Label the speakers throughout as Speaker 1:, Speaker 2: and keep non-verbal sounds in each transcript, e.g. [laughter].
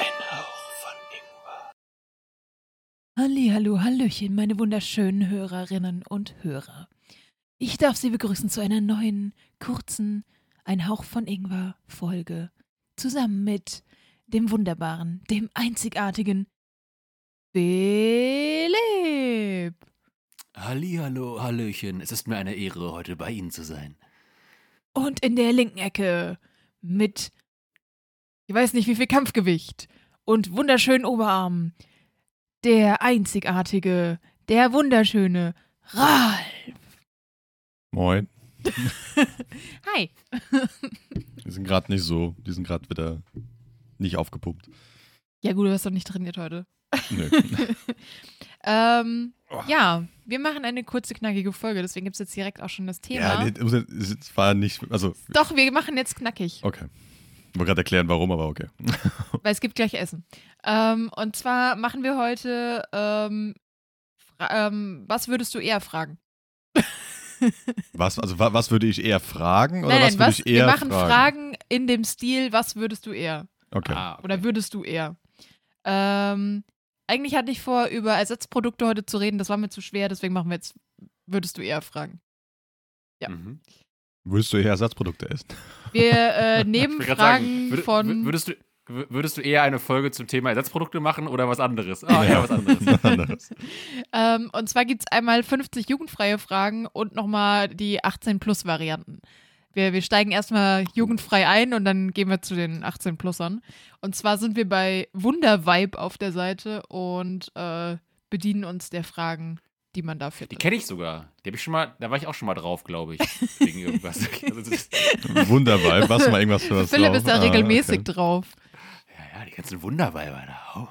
Speaker 1: Ein Hauch von Ingwer.
Speaker 2: Hallo, hallöchen, meine wunderschönen Hörerinnen und Hörer. Ich darf Sie begrüßen zu einer neuen, kurzen Ein Hauch von Ingwer Folge. Zusammen mit dem wunderbaren, dem einzigartigen Philipp.
Speaker 1: Hallihallo, Hallöchen. Es ist mir eine Ehre, heute bei Ihnen zu sein.
Speaker 2: Und in der linken Ecke mit, ich weiß nicht wie viel Kampfgewicht und wunderschönen Oberarmen, der einzigartige, der wunderschöne Ral.
Speaker 3: Moin.
Speaker 2: Hi.
Speaker 3: Die sind gerade nicht so. Die sind gerade wieder nicht aufgepumpt.
Speaker 2: Ja gut, du hast doch nicht trainiert heute. [laughs]
Speaker 3: Nö.
Speaker 2: Ähm,
Speaker 3: Oh.
Speaker 2: ja, wir machen eine kurze, knackige Folge, deswegen gibt es jetzt direkt auch schon das Thema.
Speaker 3: Ja, nee, muss nicht- es war nicht. Also,
Speaker 2: Doch, wir machen jetzt knackig,
Speaker 3: okay. Ich wollte gerade erklären, warum, aber okay. Oh.
Speaker 2: weil es gibt gleich Essen. Ähm, und zwar machen wir heute, ähm, fra- ähm, was würdest du eher fragen?
Speaker 3: Was, also, wa- was würde ich eher fragen oder was
Speaker 2: nein,
Speaker 3: würde
Speaker 2: nein, was,
Speaker 3: ich eher
Speaker 2: wir machen
Speaker 3: fragen?
Speaker 2: Fragen in dem Stil, was würdest du eher?
Speaker 3: Okay.
Speaker 1: Ah,
Speaker 2: Oder würdest du eher? Ähm, eigentlich hatte ich vor, über Ersatzprodukte heute zu reden, das war mir zu schwer, deswegen machen wir jetzt, würdest du eher fragen. ja.
Speaker 1: mhm.
Speaker 3: Würdest du eher Ersatzprodukte essen? [laughs]
Speaker 2: Wir äh,
Speaker 1: Ich
Speaker 2: nehmen
Speaker 1: wollte gerade
Speaker 2: Fragen
Speaker 1: würd-
Speaker 2: von...
Speaker 1: wür- Würdest du, wür- würdest du eher eine Folge zum Thema Ersatzprodukte machen oder was anderes? Ah, ja, was
Speaker 3: [laughs]
Speaker 1: anderes.
Speaker 2: [laughs]
Speaker 3: anderes.
Speaker 2: Ähm, und zwar gibt es einmal 50 jugendfreie Fragen und nochmal die 18-Plus-Varianten. Wir, wir steigen erstmal jugendfrei ein und dann gehen wir zu den 18-Plussern. Und zwar sind wir bei Wundervibe auf der Seite und äh, bedienen uns der Fragen, die man da
Speaker 1: Die
Speaker 2: findet.
Speaker 1: kenne ich sogar. Die hab ich schon mal, da war ich auch schon mal drauf, glaube ich.
Speaker 2: [laughs]
Speaker 1: Wegen irgendwas. [laughs] Also, das ist,
Speaker 3: Wunderbar. Warst du mal irgendwas für was
Speaker 2: Philipp
Speaker 3: drauf?
Speaker 2: ist da
Speaker 3: Ah,
Speaker 2: regelmäßig
Speaker 3: okay.
Speaker 2: drauf.
Speaker 1: ja, ja, die ganzen Wunderweiber da. Oh.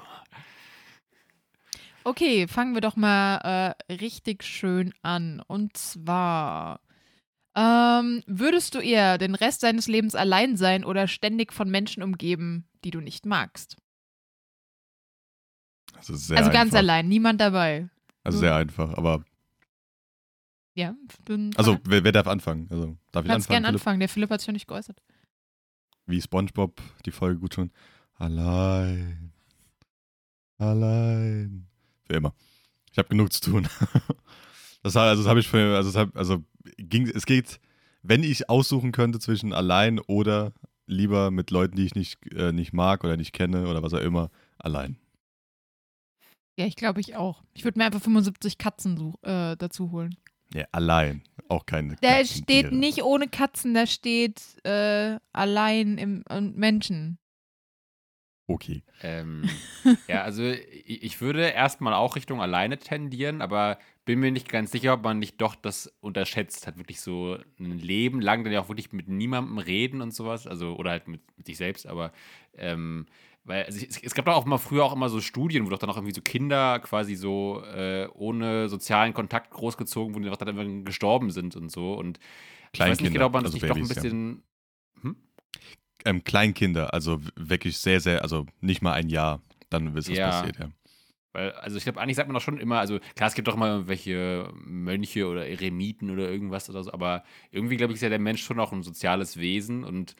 Speaker 2: Okay, fangen wir doch mal äh, richtig schön an. Und zwar, ähm, würdest du eher den Rest deines Lebens allein sein oder ständig von Menschen umgeben, die du nicht magst?
Speaker 3: Also, sehr
Speaker 2: also
Speaker 3: einfach.
Speaker 2: ganz allein, niemand dabei.
Speaker 3: Also sehr einfach, aber.
Speaker 2: Ja, dann
Speaker 3: Also,
Speaker 2: fang an.
Speaker 3: wer, wer darf anfangen? Also, darf
Speaker 2: du kannst
Speaker 3: ich anfangen?
Speaker 2: gerne
Speaker 3: Philipp?
Speaker 2: anfangen. Der Philipp hat sich ja nicht geäußert.
Speaker 3: Wie Spongebob, die Folge gut schon. Allein. Allein. Für immer. Ich habe genug zu tun. [laughs] Das habe also das hab ich für, also, das hab, also ging, es geht, wenn ich aussuchen könnte zwischen allein oder lieber mit Leuten, die ich nicht, äh, nicht mag oder nicht kenne oder was auch immer, allein.
Speaker 2: Ja, ich glaube, ich auch. Ich würde mir einfach 75 Katzen such, äh, dazu holen.
Speaker 3: Ja, allein. Auch keine.
Speaker 2: Da
Speaker 3: kleinen
Speaker 2: steht
Speaker 3: Tiere.
Speaker 2: nicht ohne Katzen, da steht äh, allein im, und Menschen.
Speaker 3: Okay.
Speaker 1: Ähm, ja, also ich, ich würde erstmal auch Richtung alleine tendieren, aber bin mir nicht ganz sicher, ob man nicht doch das unterschätzt hat, wirklich so ein Leben lang dann ja auch wirklich mit niemandem reden und sowas, also oder halt mit, mit sich selbst, aber ähm, weil also es, es gab doch auch mal früher auch immer so Studien, wo doch dann auch irgendwie so Kinder quasi so äh, ohne sozialen Kontakt großgezogen wurden, die doch dann irgendwann gestorben sind und so und ich weiß
Speaker 3: Kleinkinder,
Speaker 1: nicht genau, ob man das
Speaker 3: also
Speaker 1: nicht doch ein
Speaker 3: Babys, ja.
Speaker 1: bisschen
Speaker 3: Ähm, Kleinkinder, also wirklich sehr, sehr, also nicht mal ein Jahr, dann ist es
Speaker 1: Ja.
Speaker 3: passiert, ja.
Speaker 1: Weil, also ich glaube, eigentlich sagt man doch schon immer, also klar, es gibt doch immer irgendwelche Mönche oder Eremiten oder irgendwas oder so, aber irgendwie, glaube ich, ist ja der Mensch schon auch ein soziales Wesen und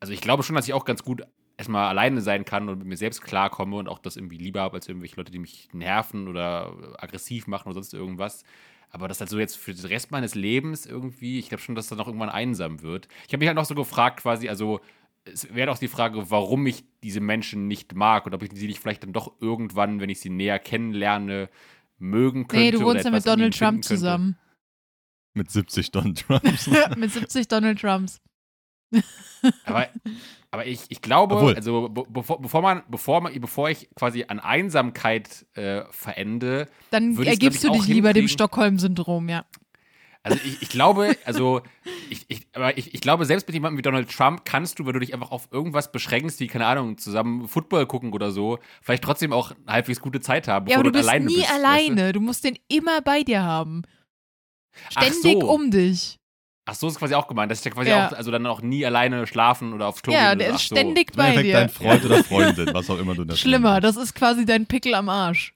Speaker 1: also ich glaube schon, dass ich auch ganz gut erstmal alleine sein kann und mit mir selbst klarkomme und auch das irgendwie lieber habe als irgendwelche Leute, die mich nerven oder aggressiv machen oder sonst irgendwas. Aber das halt so jetzt für den Rest meines Lebens irgendwie, ich glaube schon, dass das noch irgendwann einsam wird. Ich habe mich halt noch so gefragt, quasi, also es wäre auch die Frage, warum ich diese Menschen nicht mag und ob ich sie nicht vielleicht dann doch irgendwann, wenn ich sie näher kennenlerne, mögen könnte.
Speaker 2: Nee, du
Speaker 1: oder
Speaker 2: wohnst ja
Speaker 1: etwas
Speaker 2: mit
Speaker 1: in ihnen
Speaker 2: Donald
Speaker 1: finden
Speaker 2: Trump
Speaker 1: könnte.
Speaker 2: zusammen.
Speaker 3: Mit 70 Donald
Speaker 2: [laughs]
Speaker 3: Trumps.
Speaker 2: mit 70 Donald Trumps. [laughs]
Speaker 1: Aber, aber ich, ich glaube,
Speaker 3: Obwohl.
Speaker 1: also be bevor, bevor, man, bevor, man, bevor ich quasi an Einsamkeit äh, verende,
Speaker 2: Dann
Speaker 1: Würde ich's,
Speaker 2: ergibst du
Speaker 1: glaub ich,
Speaker 2: dich
Speaker 1: auch
Speaker 2: lieber dem
Speaker 1: hinkriegen.
Speaker 2: Stockholm-Syndrom, ja.
Speaker 1: Also ich, ich glaube, also ich, ich, aber ich, ich glaube, selbst mit jemandem wie Donald Trump kannst du, wenn du dich einfach auf irgendwas beschränkst, wie, keine Ahnung, zusammen Football gucken oder so, vielleicht trotzdem auch eine halbwegs gute Zeit haben, bevor
Speaker 2: Ja, aber du
Speaker 1: du
Speaker 2: bist
Speaker 1: alleine
Speaker 2: nie
Speaker 1: bist. weißt du?
Speaker 2: alleine. Du musst den immer bei dir haben. Ständig
Speaker 1: Ach so.
Speaker 2: um dich.
Speaker 1: Ach so, ist quasi auch gemeint, dass ich ja quasi
Speaker 2: Ja.
Speaker 1: auch, also dann auch nie alleine schlafen oder aufs Klo
Speaker 2: ja,
Speaker 1: gehen.
Speaker 2: der
Speaker 1: oder
Speaker 2: ist
Speaker 1: so.
Speaker 2: ständig
Speaker 3: Im
Speaker 2: bei
Speaker 3: Endeffekt dein
Speaker 2: dir.
Speaker 3: Freund oder Freundin, was auch immer du das
Speaker 2: Schlimmer,
Speaker 3: nennst.
Speaker 2: das ist quasi dein Pickel am Arsch.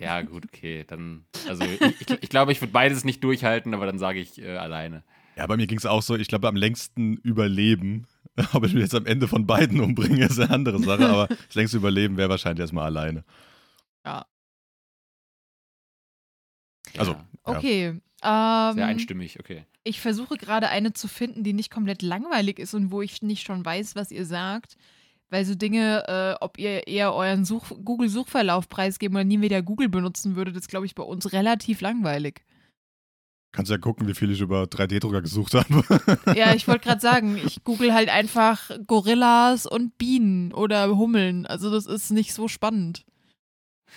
Speaker 1: Ja, gut, okay, dann, also ich, ich, ich glaube, ich würde beides nicht durchhalten, aber dann sage ich äh, alleine.
Speaker 3: Ja, bei mir ging es auch so, ich glaube, am längsten überleben. [laughs] Ob ich mich jetzt am Ende von beiden umbringe, ist eine andere Sache, aber das längste Überleben wäre wahrscheinlich erstmal alleine.
Speaker 2: Ja.
Speaker 3: Also,
Speaker 1: Ja,
Speaker 2: Okay.
Speaker 1: sehr
Speaker 2: Ähm,
Speaker 1: einstimmig, okay.
Speaker 2: ich versuche gerade eine zu finden, die nicht komplett langweilig ist und wo ich nicht schon weiß, was ihr sagt. Weil so Dinge, äh, ob ihr eher euren Such Google-Suchverlauf preisgeben oder nie wieder Google benutzen würdet, ist, glaube ich, bei uns relativ langweilig.
Speaker 3: kannst ja gucken, wie viel ich über 3D-Drucker gesucht habe.
Speaker 2: Ja, ich wollte gerade sagen, ich google halt einfach Gorillas und Bienen oder Hummeln. Also das ist nicht so spannend.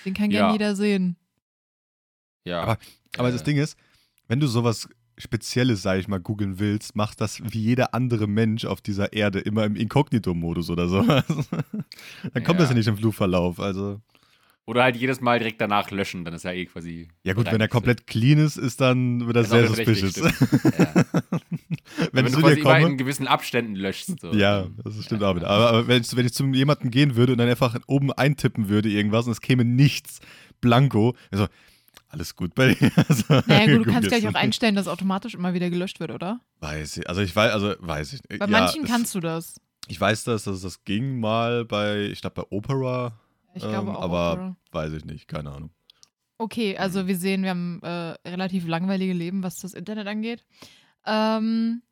Speaker 2: Den kann gern
Speaker 1: Ja.
Speaker 2: jeder sehen.
Speaker 1: Ja.
Speaker 3: Aber
Speaker 1: Äh.
Speaker 3: das Ding ist, wenn du sowas Spezielles, sag ich mal, googeln willst, mach das wie jeder andere Mensch auf dieser Erde immer im Inkognito-Modus oder sowas. [laughs] Dann kommt das ja
Speaker 1: Ja.
Speaker 3: nicht im Flugverlauf. Also.
Speaker 1: Oder halt jedes Mal direkt danach löschen, dann ist ja eh quasi.
Speaker 3: Ja, gut,
Speaker 1: Oder
Speaker 3: wenn er
Speaker 1: eigentlich
Speaker 3: komplett clean ist, ist dann wieder
Speaker 1: Das ist
Speaker 3: sehr
Speaker 1: auch richtig,
Speaker 3: suspicious.
Speaker 1: stimmt. Ja.
Speaker 3: [laughs] wenn
Speaker 1: wenn
Speaker 3: ich
Speaker 1: du
Speaker 3: zu
Speaker 1: quasi
Speaker 3: dir
Speaker 1: immer in
Speaker 3: komme.
Speaker 1: gewissen Abständen löschst. So.
Speaker 3: Ja, das stimmt auch wieder. Aber, aber wenn, ich, wenn ich zu jemandem gehen würde und dann einfach oben eintippen würde, irgendwas, und es käme nichts blanko, also alles gut bei dir. [laughs] Also,
Speaker 2: Naja
Speaker 3: [laughs]
Speaker 2: gut, du kannst
Speaker 3: jetzt
Speaker 2: gleich auch
Speaker 3: nicht.
Speaker 2: einstellen, dass automatisch immer wieder gelöscht wird, oder?
Speaker 3: Weiß ich, also ich weiß, also weiß ich.
Speaker 2: Bei
Speaker 3: ja,
Speaker 2: manchen
Speaker 3: es-
Speaker 2: kannst du das.
Speaker 3: Ich weiß, dass das, das ging mal bei, ich glaube, bei Opera.
Speaker 2: Ich glaube
Speaker 3: ähm,
Speaker 2: auch.
Speaker 3: aber hm.
Speaker 2: Opera.
Speaker 3: weiß ich nicht, keine Ahnung.
Speaker 2: Okay, also wir sehen, wir haben äh, relativ langweilige Leben, was das Internet angeht. Ähm,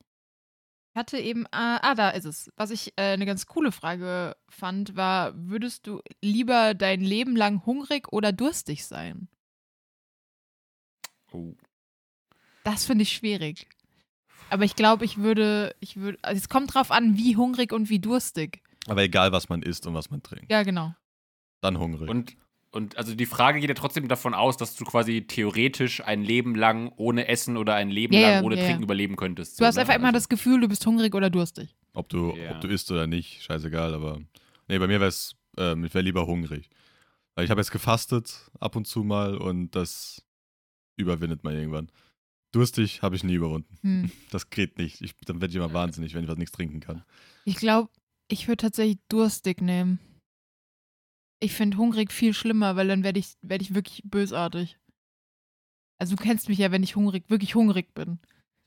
Speaker 2: ich hatte eben, ah, ah da ist es. Was ich äh, eine ganz coole Frage fand, war, würdest du lieber dein Leben lang hungrig oder durstig sein?
Speaker 1: Oh.
Speaker 2: Das finde ich schwierig. Aber ich glaube, ich würde, ich würde, also es kommt drauf an, wie hungrig und wie durstig.
Speaker 3: Aber egal, was man isst und was man trinkt,
Speaker 2: Ja, genau.
Speaker 3: dann hungrig.
Speaker 1: Und, und also die Frage geht ja trotzdem davon aus, dass du quasi theoretisch ein Leben lang ohne Essen oder ein Leben
Speaker 2: Ja, ja,
Speaker 1: lang ohne
Speaker 2: ja,
Speaker 1: Trinken
Speaker 2: ja.
Speaker 1: überleben könntest.
Speaker 2: Du hast einfach
Speaker 1: also,
Speaker 2: immer das Gefühl, du bist hungrig oder durstig.
Speaker 3: ob, du,
Speaker 1: Ja.
Speaker 3: ob du isst oder nicht, scheißegal, aber. Nee, bei mir wäre es, ähm, ich wäre lieber hungrig. Weil ich habe jetzt gefastet, ab und zu mal, und das überwindet man irgendwann. Durstig habe ich nie überwunden.
Speaker 2: Hm.
Speaker 3: Das geht nicht. Ich, dann werde ich immer wahnsinnig, wenn ich was nichts trinken kann.
Speaker 2: Ich glaube, ich würde tatsächlich durstig nehmen. Ich finde hungrig viel schlimmer, weil dann werde ich, werd ich wirklich bösartig. Also du kennst mich ja, wenn ich hungrig, wirklich hungrig bin.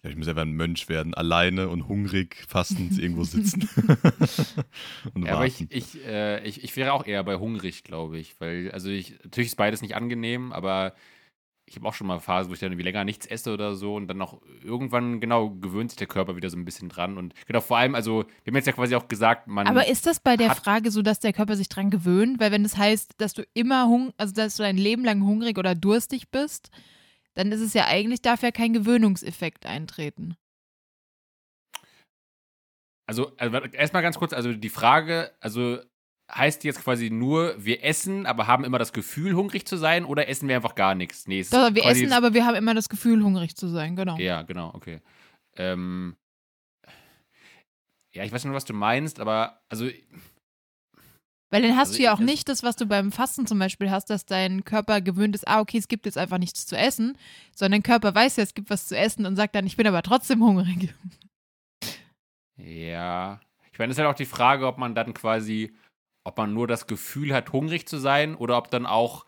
Speaker 3: Ja, ich muss ja ein Mönch werden, alleine und hungrig,
Speaker 1: [laughs]
Speaker 3: fastend irgendwo sitzen. [laughs] und
Speaker 1: Ja, aber ich,
Speaker 3: warten.
Speaker 1: ich, äh, ich, ich wäre auch eher bei hungrig, glaube ich. Weil, also ich, natürlich ist beides nicht angenehm, aber ich habe auch schon mal Phasen, wo ich dann irgendwie länger nichts esse oder so und dann auch irgendwann, genau, gewöhnt sich der Körper wieder so ein bisschen dran. Und genau, vor allem, also, wir haben jetzt ja quasi auch gesagt, man.
Speaker 2: Aber ist das bei der
Speaker 1: hat-
Speaker 2: Frage so, dass der Körper sich dran gewöhnt? Weil wenn es heißt, dass du immer hung also dass du dein Leben lang hungrig oder durstig bist, dann ist es ja eigentlich, darf ja kein Gewöhnungseffekt eintreten.
Speaker 1: Also, also erstmal ganz kurz, also die Frage, also heißt die jetzt quasi nur, wir essen, aber haben immer das Gefühl, hungrig zu sein oder essen wir einfach gar nichts? Nee, es ist
Speaker 2: Doch, wir
Speaker 1: quasi-
Speaker 2: essen, aber wir haben immer das Gefühl, hungrig zu sein, genau.
Speaker 1: Ja, genau, okay. Ähm, ja, ich weiß schon, was du meinst, aber also
Speaker 2: Weil dann hast
Speaker 1: Also
Speaker 2: du ja
Speaker 1: ich-
Speaker 2: auch nicht das, was du beim Fasten zum Beispiel hast, dass dein Körper gewöhnt ist, ah, okay, es gibt jetzt einfach nichts zu essen, sondern dein Körper weiß ja, es gibt was zu essen und sagt dann, ich bin aber trotzdem hungrig.
Speaker 1: Ja. Ich meine, es ist halt auch die Frage, ob man dann quasi, ob man nur das Gefühl hat, hungrig zu sein oder ob dann auch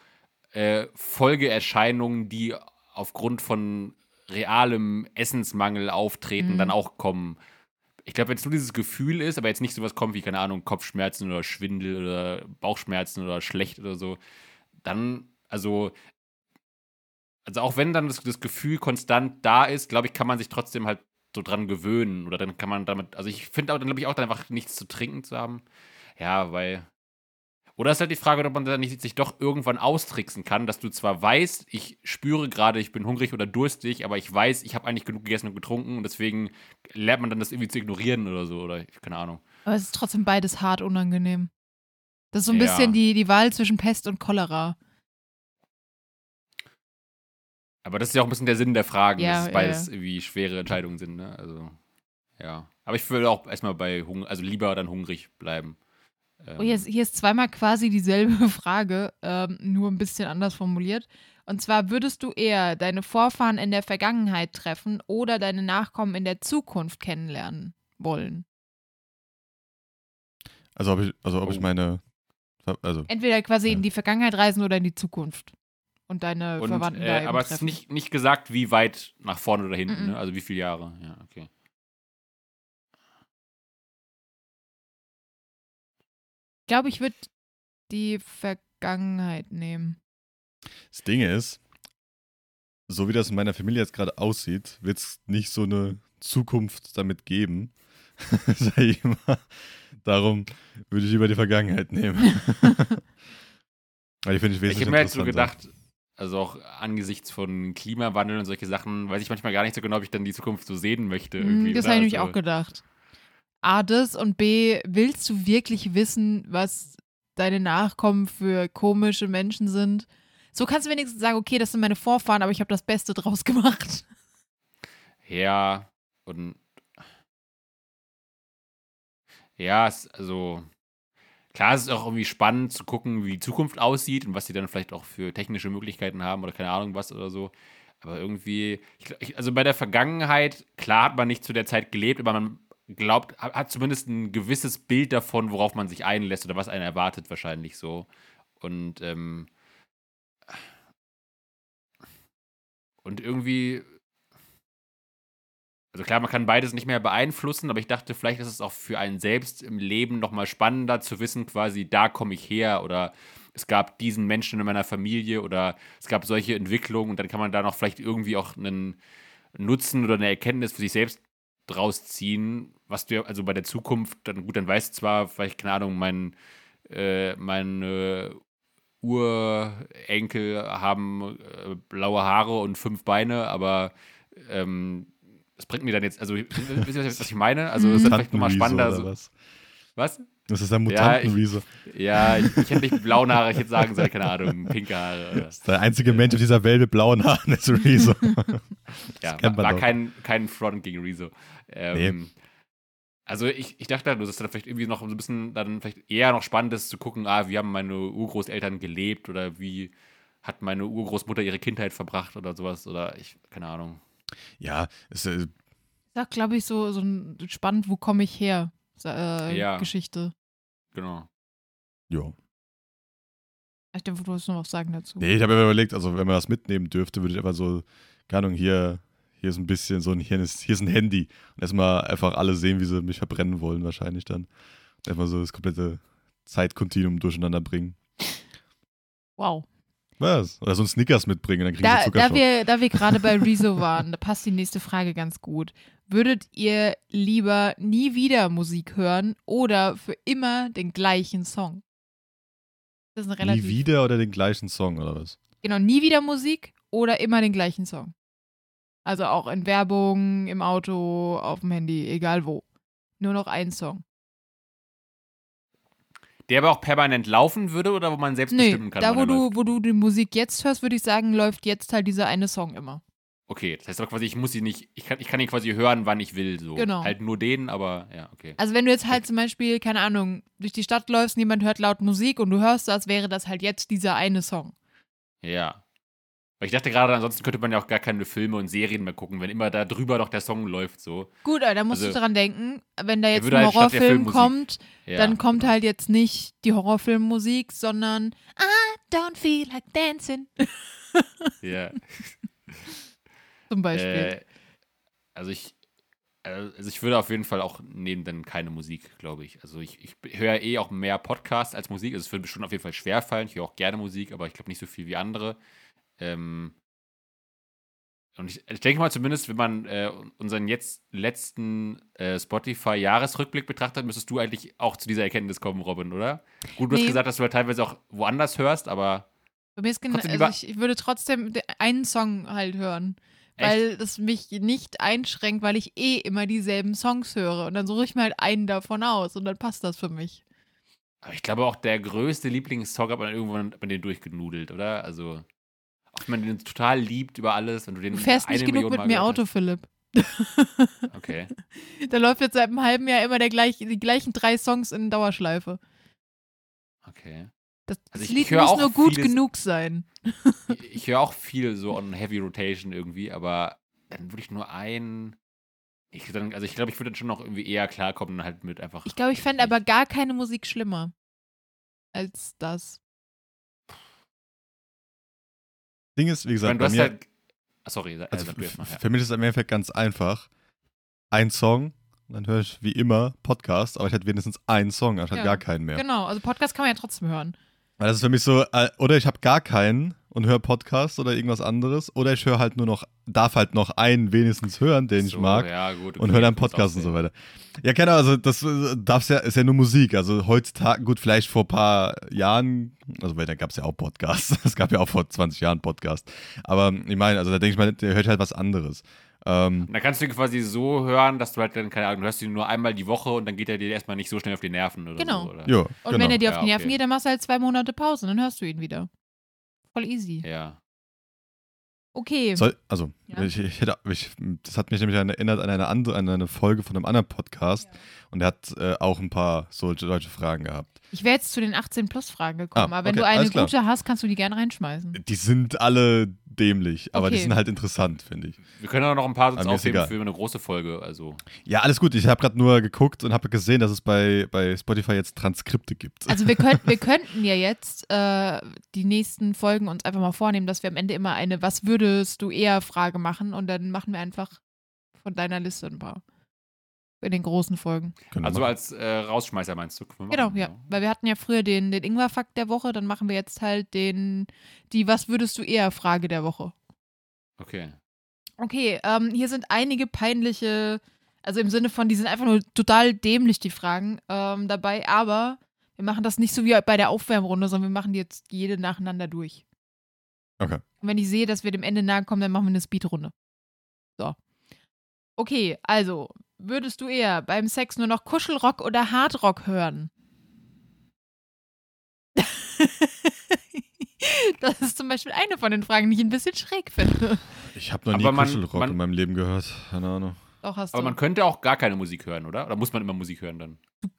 Speaker 1: äh, Folgeerscheinungen, die aufgrund von realem Essensmangel auftreten,
Speaker 2: Mhm.
Speaker 1: dann auch kommen. Ich glaube, wenn es nur dieses Gefühl ist, aber jetzt nicht sowas kommt wie, keine Ahnung, Kopfschmerzen oder Schwindel oder Bauchschmerzen oder schlecht oder so, dann, also, also auch wenn dann das, das Gefühl konstant da ist, glaube ich, kann man sich trotzdem halt so dran gewöhnen oder dann kann man damit, also ich finde auch, dann glaube ich auch dann einfach nichts zu trinken zu haben. Ja, weil. Oder ist halt die Frage, ob man dann nicht sich doch irgendwann austricksen kann, dass du zwar weißt, ich spüre gerade, ich bin hungrig oder durstig, aber ich weiß, ich habe eigentlich genug gegessen und getrunken und deswegen lernt man dann das irgendwie zu ignorieren oder so oder ich- keine Ahnung.
Speaker 2: Aber es ist trotzdem beides hart unangenehm. Das ist so ein
Speaker 1: Ja.
Speaker 2: bisschen die, die Wahl zwischen Pest und Cholera.
Speaker 1: Aber das ist ja auch ein bisschen der Sinn der Fragen,
Speaker 2: Ja,
Speaker 1: dass es
Speaker 2: ja,
Speaker 1: beides irgendwie schwere Entscheidungen sind, ne? Also, ja. Aber ich würde auch erstmal bei Hunger, also lieber dann hungrig bleiben. Ähm,
Speaker 2: Oh, hier, ist, hier ist zweimal quasi dieselbe [laughs] Frage, ähm, nur ein bisschen anders formuliert. Und zwar würdest du eher deine Vorfahren in der Vergangenheit treffen oder deine Nachkommen in der Zukunft kennenlernen wollen?
Speaker 3: Also ob ich, also ob ich
Speaker 1: Oh.
Speaker 3: meine, also
Speaker 2: Entweder quasi
Speaker 3: Ja.
Speaker 2: in die Vergangenheit reisen oder in die Zukunft. und deine
Speaker 1: Und,
Speaker 2: Verwandten da
Speaker 1: äh,
Speaker 2: eben
Speaker 1: aber es ist
Speaker 2: treffen.
Speaker 1: nicht, nicht gesagt, wie weit nach vorne oder hinten,
Speaker 2: Mhm.
Speaker 1: ne? also wie viele Jahre. Ja, okay.
Speaker 2: ich glaube, ich würde die Vergangenheit nehmen.
Speaker 3: Das Ding ist, so wie das in meiner Familie jetzt gerade aussieht, wird es nicht so eine Zukunft damit geben. [laughs] Sag ich mal. Darum würde ich lieber die
Speaker 1: [laughs]
Speaker 3: Vergangenheit nehmen. Weil die finde ich
Speaker 1: Ich
Speaker 3: wesentlich
Speaker 1: habe mir halt so
Speaker 3: interessanter.
Speaker 1: gedacht, also auch angesichts von Klimawandel und solche Sachen, weiß ich manchmal gar nicht so genau, ob ich dann die Zukunft so sehen möchte.
Speaker 2: Hm,
Speaker 1: Irgendwie,
Speaker 2: das
Speaker 1: ne?
Speaker 2: habe ich nämlich
Speaker 1: Also-
Speaker 2: auch gedacht. A, das und B, willst du wirklich wissen, was deine Nachkommen für komische Menschen sind? So kannst du wenigstens sagen, okay, das sind meine Vorfahren, aber ich habe das Beste draus [laughs] gemacht.
Speaker 1: Ja, und ja, es, also klar, es ist auch irgendwie spannend zu gucken, wie die Zukunft aussieht und was sie dann vielleicht auch für technische Möglichkeiten haben oder keine Ahnung was oder so. Aber irgendwie, ich, gl- ich, also bei der Vergangenheit, klar hat man nicht zu der Zeit gelebt, aber man glaubt, ha- hat zumindest ein gewisses Bild davon, worauf man sich einlässt oder was einen erwartet, wahrscheinlich so. Und, ähm, und irgendwie also klar, man kann beides nicht mehr beeinflussen, aber ich dachte, vielleicht ist es auch für einen selbst im Leben nochmal spannender zu wissen, quasi, da komme ich her oder es gab diesen Menschen in meiner Familie oder es gab solche Entwicklungen und dann kann man da noch vielleicht irgendwie auch einen Nutzen oder eine Erkenntnis für sich selbst draus ziehen, was du ja, also bei der Zukunft, dann gut, dann weißt du zwar, vielleicht, keine Ahnung, mein, äh, mein äh, Urenkel haben äh, blaue Haare und fünf Beine, aber ähm, das bringt mir dann jetzt, also [laughs] wisst ihr, was ich- was ich meine? Also es ist vielleicht nochmal spannender.
Speaker 3: Mutantenriese Mhm. oder
Speaker 1: So,
Speaker 3: was?
Speaker 1: was?
Speaker 3: Das ist ein Mutantenriese.
Speaker 1: Ja, ich, ich hätte nicht blaue Haare, ich hätte sagen sollen, keine Ahnung, pinke Haare. Oder,
Speaker 3: der einzige Mensch auf dieser Welt mit blauen Haaren ist Riese.
Speaker 1: [laughs] ja, war,
Speaker 3: kennt man
Speaker 1: war
Speaker 3: doch.
Speaker 1: kein, kein Front gegen Rezo. Ähm, Also ich, ich dachte, halt, das ist dann vielleicht irgendwie noch so ein bisschen dann vielleicht eher noch spannend ist zu gucken, ah, wie haben meine Urgroßeltern gelebt oder wie hat meine Urgroßmutter ihre Kindheit verbracht oder sowas oder ich, keine Ahnung.
Speaker 3: ja, es, äh,
Speaker 2: Sag, glaube ich, so, so ein spannend, wo komme ich her? Äh,
Speaker 1: Ja.
Speaker 2: Geschichte.
Speaker 1: Genau.
Speaker 3: ja.
Speaker 2: Ich denke, du wolltest noch was sagen dazu.
Speaker 3: Nee, ich habe mir überlegt, also wenn man das mitnehmen dürfte, würde ich einfach so, keine Ahnung, hier, hier ist ein bisschen so ein, hier ist, hier ist ein Handy. Und erstmal einfach alle sehen, wie sie mich verbrennen wollen, wahrscheinlich dann. Und erstmal so das komplette Zeitkontinuum durcheinander bringen.
Speaker 2: Wow.
Speaker 3: Was? Oder so ein Snickers mitbringen, dann kriegen
Speaker 2: Da,
Speaker 3: sie
Speaker 2: da
Speaker 3: Zuckerschock.
Speaker 2: wir, da wir gerade bei Rezo waren, da passt die nächste Frage ganz gut. Würdet ihr lieber nie wieder Musik hören oder für immer den gleichen Song? Das ist eine
Speaker 3: Nie
Speaker 2: relativ.
Speaker 3: wieder oder den gleichen Song oder was?
Speaker 2: Genau, nie wieder Musik oder immer den gleichen Song. Also auch in Werbung, im Auto, auf dem Handy, egal wo. Nur noch ein Song.
Speaker 1: Der aber auch permanent laufen würde oder wo man selbst
Speaker 2: Nee,
Speaker 1: bestimmen kann.
Speaker 2: da
Speaker 1: wann
Speaker 2: wo
Speaker 1: er
Speaker 2: du,
Speaker 1: läuft?
Speaker 2: wo du die Musik jetzt hörst, würde ich sagen, läuft jetzt halt dieser eine Song immer.
Speaker 1: Okay, das heißt aber quasi, ich muss sie nicht, ich kann, ich kann ihn quasi hören, wann ich will. So.
Speaker 2: Genau.
Speaker 1: Halt nur den, aber ja, okay.
Speaker 2: Also wenn du jetzt halt zum Beispiel, keine Ahnung, durch die Stadt läufst, niemand hört laut Musik und du hörst das, wäre das halt jetzt dieser eine Song.
Speaker 1: Ja. Weil ich dachte gerade, ansonsten könnte man ja auch gar keine Filme und Serien mehr gucken, wenn immer da drüber noch der Song läuft, so.
Speaker 2: Gut, aber da musst
Speaker 1: Also,
Speaker 2: du dran denken, wenn da jetzt
Speaker 1: würde
Speaker 2: ein
Speaker 1: halt statt der
Speaker 2: Horrorfilm
Speaker 1: Filmmusik-
Speaker 2: kommt,
Speaker 1: Ja. genau.
Speaker 2: dann kommt halt jetzt nicht die Horrorfilmmusik, sondern I don't feel like dancing [laughs]
Speaker 1: Ja.
Speaker 2: zum Beispiel.
Speaker 1: Äh, also ich. Also ich würde auf jeden Fall auch nehmen dann keine Musik, glaube ich. Also ich, ich höre eh auch mehr Podcasts als Musik. Also es würde mir schon auf jeden Fall schwerfallen. Ich höre auch gerne Musik, aber ich glaube nicht so viel wie andere. Ähm, und ich, ich denke mal zumindest, wenn man äh, unseren jetzt letzten äh, Spotify-Jahresrückblick betrachtet, müsstest du eigentlich auch zu dieser Erkenntnis kommen, Robin, oder? Gut, du hast
Speaker 2: Nee.
Speaker 1: gesagt, dass du halt teilweise auch woanders hörst, aber
Speaker 2: Bei mir ist genau,
Speaker 1: trotzdem
Speaker 2: also
Speaker 1: lieber-
Speaker 2: ich, ich würde trotzdem de- einen Song halt hören,
Speaker 1: Echt?
Speaker 2: weil das mich nicht einschränkt, weil ich eh immer dieselben Songs höre und dann suche ich mir halt einen davon aus und dann passt das für mich.
Speaker 1: Aber ich glaube auch, der größte Lieblingssong hat man irgendwann hat man den durchgenudelt, oder? Also, auch wenn man den total liebt über alles und du den
Speaker 2: Du fährst nicht
Speaker 1: eine Million
Speaker 2: genug mit
Speaker 1: Mal
Speaker 2: mir
Speaker 1: gehört
Speaker 2: Auto, Philipp.
Speaker 1: hast. Okay.
Speaker 2: Da läuft jetzt seit einem halben Jahr immer der gleich, die gleichen drei Songs in Dauerschleife.
Speaker 1: Okay.
Speaker 2: Das, das
Speaker 1: Also ich- ich
Speaker 2: Lied
Speaker 1: höre
Speaker 2: muss
Speaker 1: auch
Speaker 2: nur gut
Speaker 1: vieles-
Speaker 2: genug sein.
Speaker 1: Ich, ich höre auch viel so on Heavy Rotation irgendwie, aber dann würde ich nur einen. Ich, würd dann, also ich glaube, ich würde dann schon noch irgendwie eher klarkommen, halt mit einfach.
Speaker 2: Ich glaube, ich fände aber gar keine Musik schlimmer als das.
Speaker 3: Ding ist, wie
Speaker 1: Ich meine,
Speaker 3: gesagt,
Speaker 1: du
Speaker 3: bei
Speaker 1: hast
Speaker 3: mir,
Speaker 1: halt. Ah, sorry, sag,
Speaker 3: also
Speaker 1: sag du erst mal, ja.
Speaker 3: für mich ist es im Endeffekt ganz einfach. Ein Song, dann höre ich wie immer Podcast, aber ich hätte wenigstens einen Song, anstatt
Speaker 2: Ja,
Speaker 3: gar keinen mehr.
Speaker 2: Genau, also Podcast kann man ja trotzdem hören.
Speaker 3: Weil das ist für mich so, äh, oder ich habe gar keinen und höre Podcast oder irgendwas anderes, oder ich höre halt nur noch, darf halt noch einen wenigstens hören, den ich
Speaker 1: So,
Speaker 3: mag.
Speaker 1: Ja, gut,
Speaker 3: Und
Speaker 1: okay,
Speaker 3: höre dann
Speaker 1: das kannst du
Speaker 3: Podcasts und so
Speaker 1: aussehen.
Speaker 3: weiter. Ja, keine Ahnung, also das äh, darf's ja, ist ja nur Musik. Also heutzutage, gut, vielleicht vor ein paar Jahren, also weil da gab es ja auch Podcasts. [laughs] Es gab ja auch vor 20 Jahren Podcasts. Aber ähm, ich meine, also da denke ich mal, da höre ich halt was anderes. Ähm,
Speaker 1: Und dann kannst du ihn quasi so hören, dass du halt dann, keine Ahnung, du hörst ihn nur einmal die Woche und dann geht er dir erstmal nicht so schnell auf die Nerven oder
Speaker 2: Genau.
Speaker 1: so. Oder?
Speaker 3: ja,
Speaker 2: Und
Speaker 3: genau.
Speaker 2: wenn er dir auf
Speaker 1: Ja,
Speaker 2: die Nerven
Speaker 1: okay.
Speaker 2: geht, dann machst du halt zwei Monate Pause, dann hörst du ihn wieder. Voll easy.
Speaker 1: Ja.
Speaker 2: Okay.
Speaker 3: Soll, also,
Speaker 2: Genau. Ja.
Speaker 3: ich, ich hätte, ich, das hat mich nämlich an- erinnert an eine, andere, an eine Folge von einem anderen Podcast. Und er hat äh, auch ein paar solche, solche Fragen gehabt.
Speaker 2: Ich wäre jetzt zu den 18-Plus-Fragen gekommen,
Speaker 3: Ah,
Speaker 2: aber wenn
Speaker 3: okay,
Speaker 2: du eine
Speaker 3: alles klar.
Speaker 2: gute hast, kannst du die gerne reinschmeißen.
Speaker 3: Die sind alle dämlich, aber die
Speaker 2: Okay.
Speaker 3: sind halt interessant, finde ich.
Speaker 1: Wir können auch noch ein paar sonst
Speaker 3: Aber mir ist
Speaker 1: aufheben
Speaker 3: egal.
Speaker 1: für eine große Folge. Also,
Speaker 3: Ja, alles gut. Ich habe gerade nur geguckt und habe gesehen, dass es bei, bei Spotify jetzt Transkripte gibt.
Speaker 2: [laughs] Also wir, könnt, wir könnten ja jetzt äh, die nächsten Folgen uns einfach mal vornehmen, dass wir am Ende immer eine Was würdest du eher Frage machen und dann machen wir einfach von deiner Liste ein paar. In den großen Folgen.
Speaker 3: Können wir
Speaker 1: also
Speaker 3: machen.
Speaker 1: als äh, Rausschmeißer meinst du? Können wir
Speaker 2: Genau,
Speaker 1: machen,
Speaker 2: ja. Weil wir hatten ja früher den, den Ingwer-Fakt der Woche, dann machen wir jetzt halt den, die Was würdest du eher Frage der Woche.
Speaker 1: Okay.
Speaker 2: Okay, ähm, hier sind einige peinliche, also im Sinne von, die sind einfach nur total dämlich, die Fragen ähm, dabei, aber wir machen das nicht so wie bei der Aufwärmrunde, sondern wir machen die jetzt jede nacheinander durch.
Speaker 3: Okay.
Speaker 2: Und wenn ich sehe, dass wir dem Ende nahe kommen, dann machen wir eine Speedrunde. So. Okay, also, würdest du eher beim Sex nur noch Kuschelrock oder Hardrock hören? [laughs] das ist zum Beispiel eine von den Fragen, die ich ein bisschen schräg finde.
Speaker 3: ich habe noch nie
Speaker 1: Aber man-
Speaker 3: Kuschelrock
Speaker 1: man-
Speaker 3: in meinem Leben gehört. Keine Ahnung.
Speaker 2: Doch, hast
Speaker 1: Aber
Speaker 2: du.
Speaker 1: man könnte auch gar keine Musik hören, oder? Oder muss man immer Musik hören dann?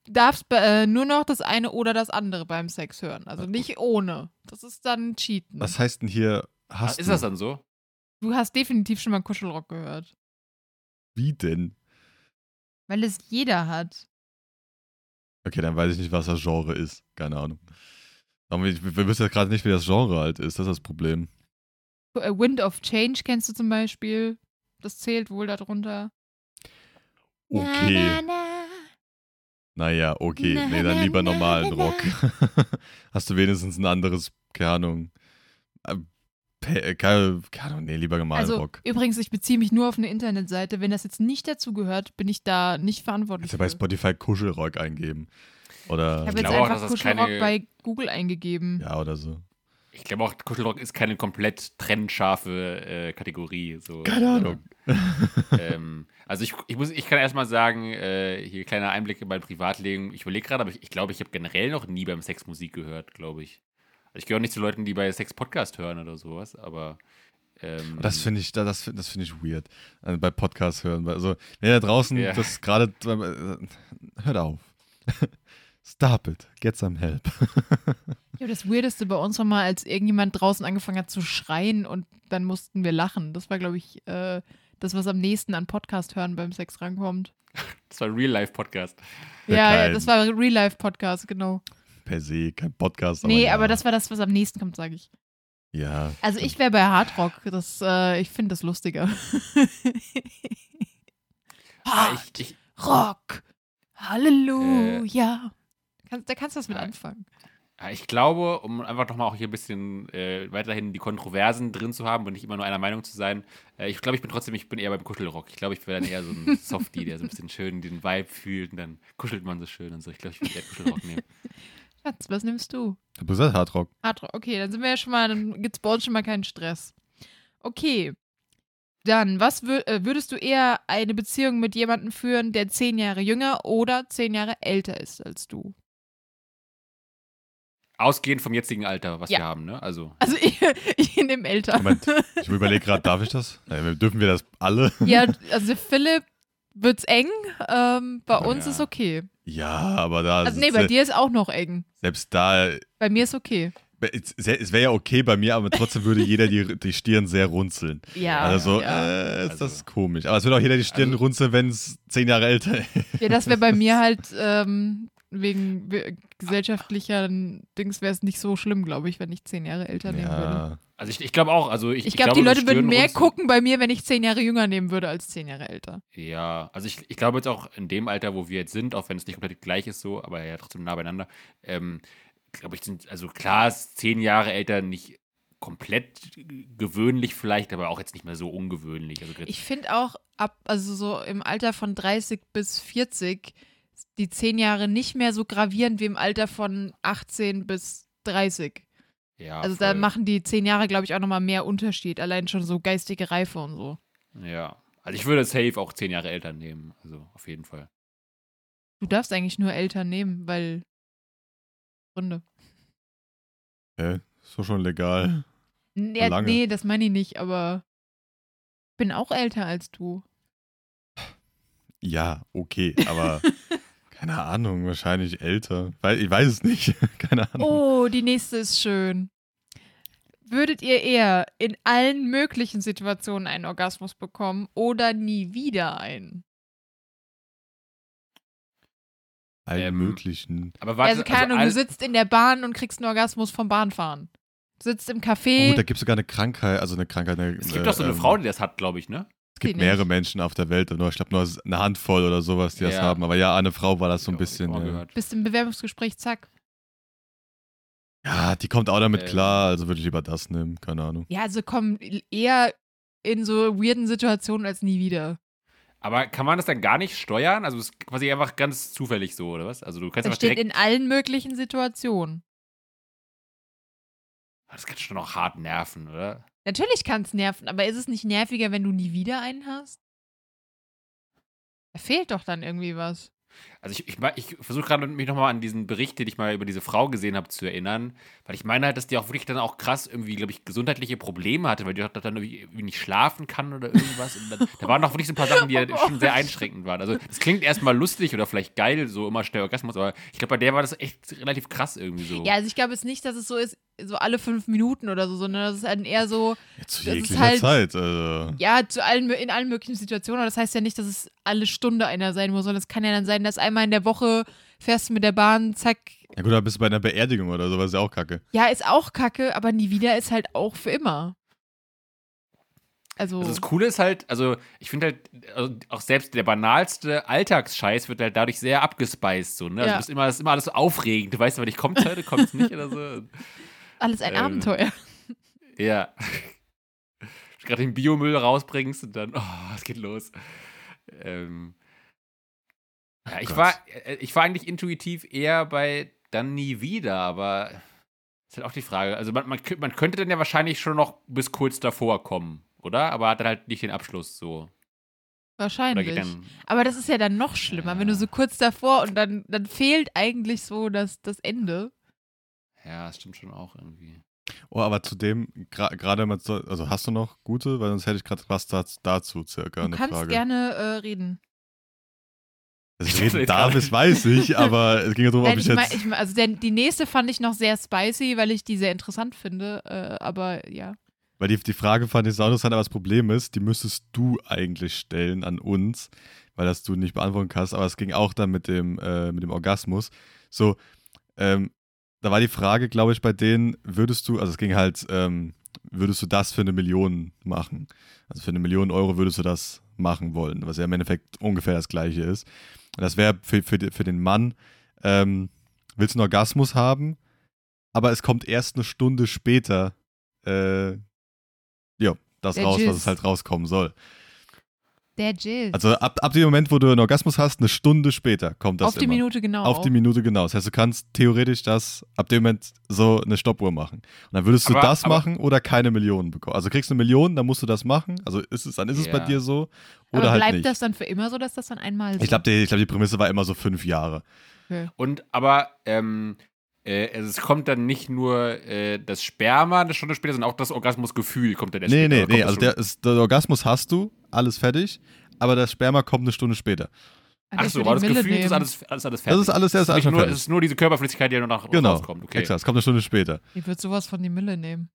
Speaker 2: darfst be- äh, nur noch das eine oder das andere beim Sex hören. Also nicht ohne. Das ist dann Cheaten.
Speaker 3: Was heißt denn hier? Hast
Speaker 1: ist
Speaker 3: du?
Speaker 1: das dann so?
Speaker 2: Du hast definitiv schon mal Kuschelrock gehört.
Speaker 3: Wie denn?
Speaker 2: Weil es jeder hat.
Speaker 3: Okay, dann weiß ich nicht, was das Genre ist. Keine Ahnung. Aber wir, wir wissen ja gerade nicht, wie das Genre halt ist. Das ist das Problem.
Speaker 2: Äh, Wind of Change kennst du zum Beispiel. Das zählt wohl darunter.
Speaker 3: Okay. Naja, okay.
Speaker 2: Na,
Speaker 3: Nee,
Speaker 2: na,
Speaker 3: dann lieber
Speaker 2: na,
Speaker 3: normalen
Speaker 2: na.
Speaker 3: Rock. [laughs] Hast du wenigstens ein anderes, keine Ahnung. äh, Pe- Keine keine Ahnung, nee, lieber normalen
Speaker 2: Also
Speaker 3: Rock.
Speaker 2: übrigens, ich beziehe mich nur auf eine Internetseite. Wenn das jetzt nicht dazu gehört, bin ich da nicht verantwortlich.
Speaker 3: Kannst du bei
Speaker 2: für.
Speaker 3: Spotify Kuschelrock eingeben?
Speaker 2: ich
Speaker 3: Oder,
Speaker 2: habe jetzt
Speaker 1: glaube auch,
Speaker 2: einfach
Speaker 1: dass das
Speaker 2: Kuschelrock
Speaker 1: keine-
Speaker 2: bei Google eingegeben.
Speaker 3: ja, oder so.
Speaker 1: Ich glaube auch, Kuschelrock ist keine komplett trennscharfe äh, Kategorie. So. Also,
Speaker 3: Keine Ahnung.
Speaker 1: [laughs] ähm, also ich, ich, muss, ich kann erstmal sagen, äh, hier kleiner Einblick in mein Privatleben. Ich überlege gerade, aber ich, ich glaube, ich habe generell noch nie beim Sex Musik gehört, glaube ich. Also ich gehöre nicht zu Leuten, die bei Sex Podcast hören oder sowas, aber ähm,
Speaker 2: Mhm.
Speaker 3: Das finde ich, da- das, find- das finde ich weird. Also bei Podcasts hören. weil- Also, wenn ihr da draußen
Speaker 1: Ja.
Speaker 3: das gerade. äh, Hört auf. [laughs] Stop it. Get some help.
Speaker 2: Ja, das Weirdeste bei uns war mal, als irgendjemand draußen angefangen hat zu schreien und dann mussten wir lachen. Das war, glaube ich, äh, das, was am nächsten an Podcast hören beim Sex rankommt.
Speaker 1: das war Real-Life-Podcast.
Speaker 2: Ja, ja,
Speaker 3: kein-
Speaker 2: das war Real-Life-Podcast, genau.
Speaker 3: Per se, kein Podcast.
Speaker 2: nee,
Speaker 3: ja.
Speaker 2: aber das war das, was am nächsten kommt, sage ich.
Speaker 3: Ja.
Speaker 2: Also ich wäre bei Hardrock. Das, äh, ich finde das lustiger. Ah,
Speaker 1: Ah, Ich, ich,
Speaker 2: Hardrock. Halleluja. Kann, da kannst du was mit
Speaker 1: Ja.
Speaker 2: anfangen.
Speaker 1: Ja, Ich glaube, um einfach nochmal auch hier ein bisschen äh, weiterhin die Kontroversen drin zu haben und nicht immer nur einer Meinung zu sein, äh, ich glaube, ich bin trotzdem, ich bin eher beim Kuschelrock. Ich glaube, ich wäre dann eher so ein
Speaker 2: [laughs]
Speaker 1: Softie, der so ein bisschen schön den Vibe fühlt und dann kuschelt man so schön und so. Ich glaube, ich würde eher Kuschelrock
Speaker 2: [laughs]
Speaker 1: nehmen.
Speaker 2: Schatz, was nimmst du?
Speaker 3: Ich hab gesagt, Hardrock.
Speaker 2: Hardrock, Ah, okay, dann sind wir ja schon mal, dann gibt's bei uns schon mal keinen Stress. Okay. Dann, was wür äh, würdest du eher eine Beziehung mit jemandem führen, der zehn Jahre jünger oder zehn Jahre älter ist als du?
Speaker 1: Ausgehend vom jetzigen Alter, was
Speaker 2: Ja.
Speaker 1: wir haben, ne? Also,
Speaker 2: Also [laughs] ich, ich nehme älter.
Speaker 3: Moment. Ich überlege gerade, darf ich das? Äh, Dürfen wir das alle?
Speaker 2: [laughs] Ja, also Philipp wird's eng. Ähm, bei
Speaker 1: Ja.
Speaker 2: uns ist okay.
Speaker 3: Ja, aber da.
Speaker 2: Also nee, bei dir ist auch noch eng.
Speaker 3: Selbst da.
Speaker 2: Bei mir ist okay.
Speaker 3: Es wäre ja okay bei mir, aber trotzdem würde jeder die, die Stirn sehr runzeln.
Speaker 2: Ja.
Speaker 3: also,
Speaker 2: Ah, ja.
Speaker 3: äh, ist das
Speaker 1: Also-
Speaker 3: komisch. Aber es wird auch jeder die Stirn
Speaker 1: Also-
Speaker 3: runzeln, wenn es zehn Jahre älter ist.
Speaker 2: ja, das wäre bei mir halt ähm, äh, wegen we- gesellschaftlicher Dings wäre es nicht so schlimm, glaube ich, wenn ich zehn Jahre älter nehmen würde.
Speaker 3: Ja,
Speaker 1: Also ich, ich glaube auch, also ich,
Speaker 2: Ich, glaube, die Leute
Speaker 1: das
Speaker 2: würden
Speaker 1: stören
Speaker 2: mehr
Speaker 1: uns-
Speaker 2: gucken bei mir, wenn ich zehn Jahre jünger nehmen würde als zehn Jahre älter.
Speaker 1: Ja, also ich, ich glaube jetzt auch in dem Alter, wo wir jetzt sind, auch wenn es nicht komplett gleich ist so, aber ja trotzdem nah beieinander, ähm, glaube ich, sind, also klar ist zehn Jahre älter nicht komplett gewöhnlich vielleicht, aber auch jetzt nicht mehr so ungewöhnlich. Also jetzt-
Speaker 2: Ich finde auch ab, also so im Alter von 30 bis 40, die zehn Jahre nicht mehr so gravierend wie im Alter von 18 bis 30.
Speaker 1: ja,
Speaker 2: also da
Speaker 1: voll.
Speaker 2: machen die zehn Jahre, glaube ich, auch nochmal mehr Unterschied. Allein schon so geistige Reife und so.
Speaker 1: Ja. Also ich würde safe auch zehn Jahre älter nehmen, also auf jeden Fall.
Speaker 2: Du darfst eigentlich nur Eltern nehmen, weil Gründe.
Speaker 3: Hä? Ist doch schon legal.
Speaker 2: Nee,
Speaker 3: Lange.
Speaker 2: nee, das meine ich nicht, aber ich bin auch älter als du.
Speaker 3: Ja, okay,
Speaker 2: [laughs]
Speaker 3: aber keine Ahnung, wahrscheinlich älter. Weil ich weiß es nicht. [laughs] keine Ahnung.
Speaker 2: Oh, die nächste ist schön. Würdet ihr eher in allen möglichen Situationen einen Orgasmus bekommen oder nie wieder einen?
Speaker 3: All
Speaker 1: Ähm,
Speaker 3: möglichen.
Speaker 1: Aber warte,
Speaker 2: also keine Ahnung,
Speaker 1: all-
Speaker 2: du sitzt in der Bahn und kriegst einen Orgasmus vom Bahnfahren. Du sitzt im
Speaker 3: Oh,
Speaker 2: Café.
Speaker 3: da gibt es sogar eine Krankheit, also eine Krankheit. Eine,
Speaker 1: es gibt doch so eine
Speaker 3: ähm,
Speaker 1: Frau, die das hat, glaube ich, ne?
Speaker 3: Es gibt
Speaker 2: die
Speaker 3: mehrere
Speaker 2: nicht.
Speaker 3: Menschen auf der Welt, nur ich glaube nur es ist eine Handvoll oder sowas, die das
Speaker 1: Ja.
Speaker 3: haben. Aber ja, eine Frau war das so ein
Speaker 1: Hab ich
Speaker 3: bisschen.
Speaker 1: auch
Speaker 3: Ja.
Speaker 1: gehört.
Speaker 2: bist im Bewerbungsgespräch, zack.
Speaker 3: ja, die kommt auch damit
Speaker 1: Ähm.
Speaker 3: klar, also würde ich lieber das nehmen, keine Ahnung.
Speaker 2: Ja, also komm, eher in so weirden Situationen als nie wieder.
Speaker 1: Aber kann man das dann gar nicht steuern? Also es ist quasi einfach ganz zufällig so, oder was? Also du kannst
Speaker 2: Das
Speaker 1: einfach
Speaker 2: steht
Speaker 1: direkt.
Speaker 2: in allen möglichen Situationen.
Speaker 1: Ah, Das kann schon auch hart nerven, oder?
Speaker 2: Natürlich kann es nerven, aber ist es nicht nerviger, wenn du nie wieder einen hast? Da fehlt doch dann irgendwie was.
Speaker 1: Also ich, ich, ma- ich versuche gerade mich nochmal an diesen Bericht, den ich mal über diese Frau gesehen habe, zu erinnern, weil ich meine halt, dass die auch wirklich dann auch krass irgendwie, glaube ich, gesundheitliche Probleme hatte, weil die auch dann irgendwie irgendwie nicht schlafen kann oder irgendwas. Und dann, da waren auch wirklich so ein paar Sachen, die
Speaker 2: [laughs]
Speaker 1: ja
Speaker 2: Oh
Speaker 1: schon sehr einschränkend waren. Also das klingt erstmal lustig oder vielleicht geil, so immer schnell Orgasmus, aber ich glaube, bei der war das echt relativ krass irgendwie so.
Speaker 2: Ja, also ich glaube jetzt nicht, dass es so ist, so alle fünf Minuten oder so, sondern das ist halt eher so,
Speaker 3: Ja,
Speaker 2: Das
Speaker 3: zu
Speaker 2: ist
Speaker 3: jeglicher
Speaker 2: halt-
Speaker 3: Zeit. Also.
Speaker 2: ja, zu allen, in allen möglichen Situationen. Aber das heißt ja nicht, dass es alle Stunde einer sein muss, sondern es kann ja dann sein, dass einmal in der Woche fährst du mit der Bahn, zack.
Speaker 3: Ja gut, da bist du bei einer Beerdigung oder sowas, ist ja auch kacke.
Speaker 2: Ja, ist auch kacke, aber nie wieder ist halt auch für immer. Also,
Speaker 1: Also das Coole ist halt, also ich finde halt, also auch selbst der banalste Alltagsscheiß wird halt dadurch sehr abgespeist, so, ne? Also
Speaker 2: Ja.
Speaker 1: du bist immer, ist immer alles so aufregend. Du weißt aber nicht, kommt heute, kommt nicht oder so.
Speaker 2: alles ein
Speaker 1: ähm,
Speaker 2: Abenteuer.
Speaker 1: Ja. [laughs] Gerade den Biomüll rausbringst und dann, oh, es geht los. Ähm, ja, ich
Speaker 3: Gott.
Speaker 1: war, äh, ich war eigentlich intuitiv eher bei dann nie wieder, aber ist halt auch die Frage. Also man, man, kö- man könnte dann ja wahrscheinlich schon noch bis kurz davor kommen, oder? Aber hat dann halt nicht den Abschluss so. [laughs] Oder
Speaker 2: Wahrscheinlich.
Speaker 1: geht dann,
Speaker 2: Aber das ist ja dann noch schlimmer, wenn du so kurz davor und dann, dann fehlt eigentlich so das, das Ende.
Speaker 1: ja, das stimmt schon auch irgendwie.
Speaker 3: Oh, aber zudem, gra- gerade mal, so- also hast du noch gute, weil sonst hätte ich gerade was da- dazu circa
Speaker 2: Du
Speaker 3: eine
Speaker 2: kannst
Speaker 3: Frage.
Speaker 2: gerne äh, reden.
Speaker 3: Dass
Speaker 2: [laughs]
Speaker 3: ich
Speaker 1: Ich dachte
Speaker 3: reden
Speaker 1: jetzt
Speaker 3: darf,
Speaker 1: gerade-
Speaker 3: es weiß ich, aber es ging ja darum, ob
Speaker 2: Nein,
Speaker 3: ich
Speaker 2: ich mein,
Speaker 3: jetzt.
Speaker 2: ich mein, also denn die nächste fand ich noch sehr spicy, weil ich die sehr interessant finde. Äh, aber ja.
Speaker 3: Weil die, die Frage fand ich sehr interessant, aber das Problem ist, die müsstest du eigentlich stellen an uns, weil das du nicht beantworten kannst. Aber es ging auch dann mit dem, äh, mit dem Orgasmus. So, ähm, da war die Frage, glaube ich, bei denen, würdest du, also es ging halt, ähm, würdest du das für eine Million machen? Also für eine Million Euro würdest du das machen wollen, was ja im Endeffekt ungefähr das gleiche ist. Und das wäre für, für, für den Mann, ähm, willst du einen Orgasmus haben, aber es kommt erst eine Stunde später, äh, ja, das
Speaker 2: Der
Speaker 3: raus, was
Speaker 2: Jizz.
Speaker 3: es halt rauskommen soll.
Speaker 2: Der Jill.
Speaker 3: Also ab, ab dem Moment, wo du einen Orgasmus hast, eine Stunde später kommt das
Speaker 2: auf die
Speaker 3: immer.
Speaker 2: Minute genau.
Speaker 3: Auf die Minute genau. Das heißt, du kannst theoretisch das ab dem Moment so eine Stoppuhr machen. Und dann würdest du
Speaker 1: Aber-
Speaker 3: das
Speaker 1: aber-
Speaker 3: machen oder keine Millionen bekommen. Also kriegst du eine Million, dann musst du das machen. Also ist es, dann ist es bei
Speaker 1: Ja.
Speaker 3: dir so
Speaker 2: aber
Speaker 3: oder
Speaker 2: bleibt
Speaker 3: halt nicht.
Speaker 2: das dann für immer so, dass das dann einmal so
Speaker 3: ich glaube, die, ich glaub, die Prämisse war immer so fünf Jahre.
Speaker 1: Und aber ähm, äh, also es kommt dann nicht nur äh, das Sperma eine Stunde später, sondern auch das Orgasmusgefühl kommt dann erst
Speaker 3: Nee,
Speaker 1: später.
Speaker 3: nee,
Speaker 1: oder kommt
Speaker 3: nee.
Speaker 1: das
Speaker 3: Also
Speaker 1: schon-
Speaker 3: der, ist, der Orgasmus hast du, alles fertig, aber das Sperma kommt eine Stunde später.
Speaker 2: Ah,
Speaker 1: Ach
Speaker 2: ich
Speaker 1: so,
Speaker 2: würde
Speaker 1: war
Speaker 2: die
Speaker 1: das
Speaker 2: Mille
Speaker 1: Gefühl, das ist
Speaker 2: nehmen.
Speaker 1: alles, alles, alles fertig.
Speaker 3: Das ist alles erst
Speaker 1: Nicht
Speaker 3: einfach
Speaker 1: nur,
Speaker 3: fertig.
Speaker 1: es ist nur diese Körperflüssigkeit, die dann noch
Speaker 3: Genau,
Speaker 1: rauskommt. Okay.
Speaker 3: Exakt, es kommt eine Stunde später.
Speaker 2: Ich würde sowas von die Mille nehmen.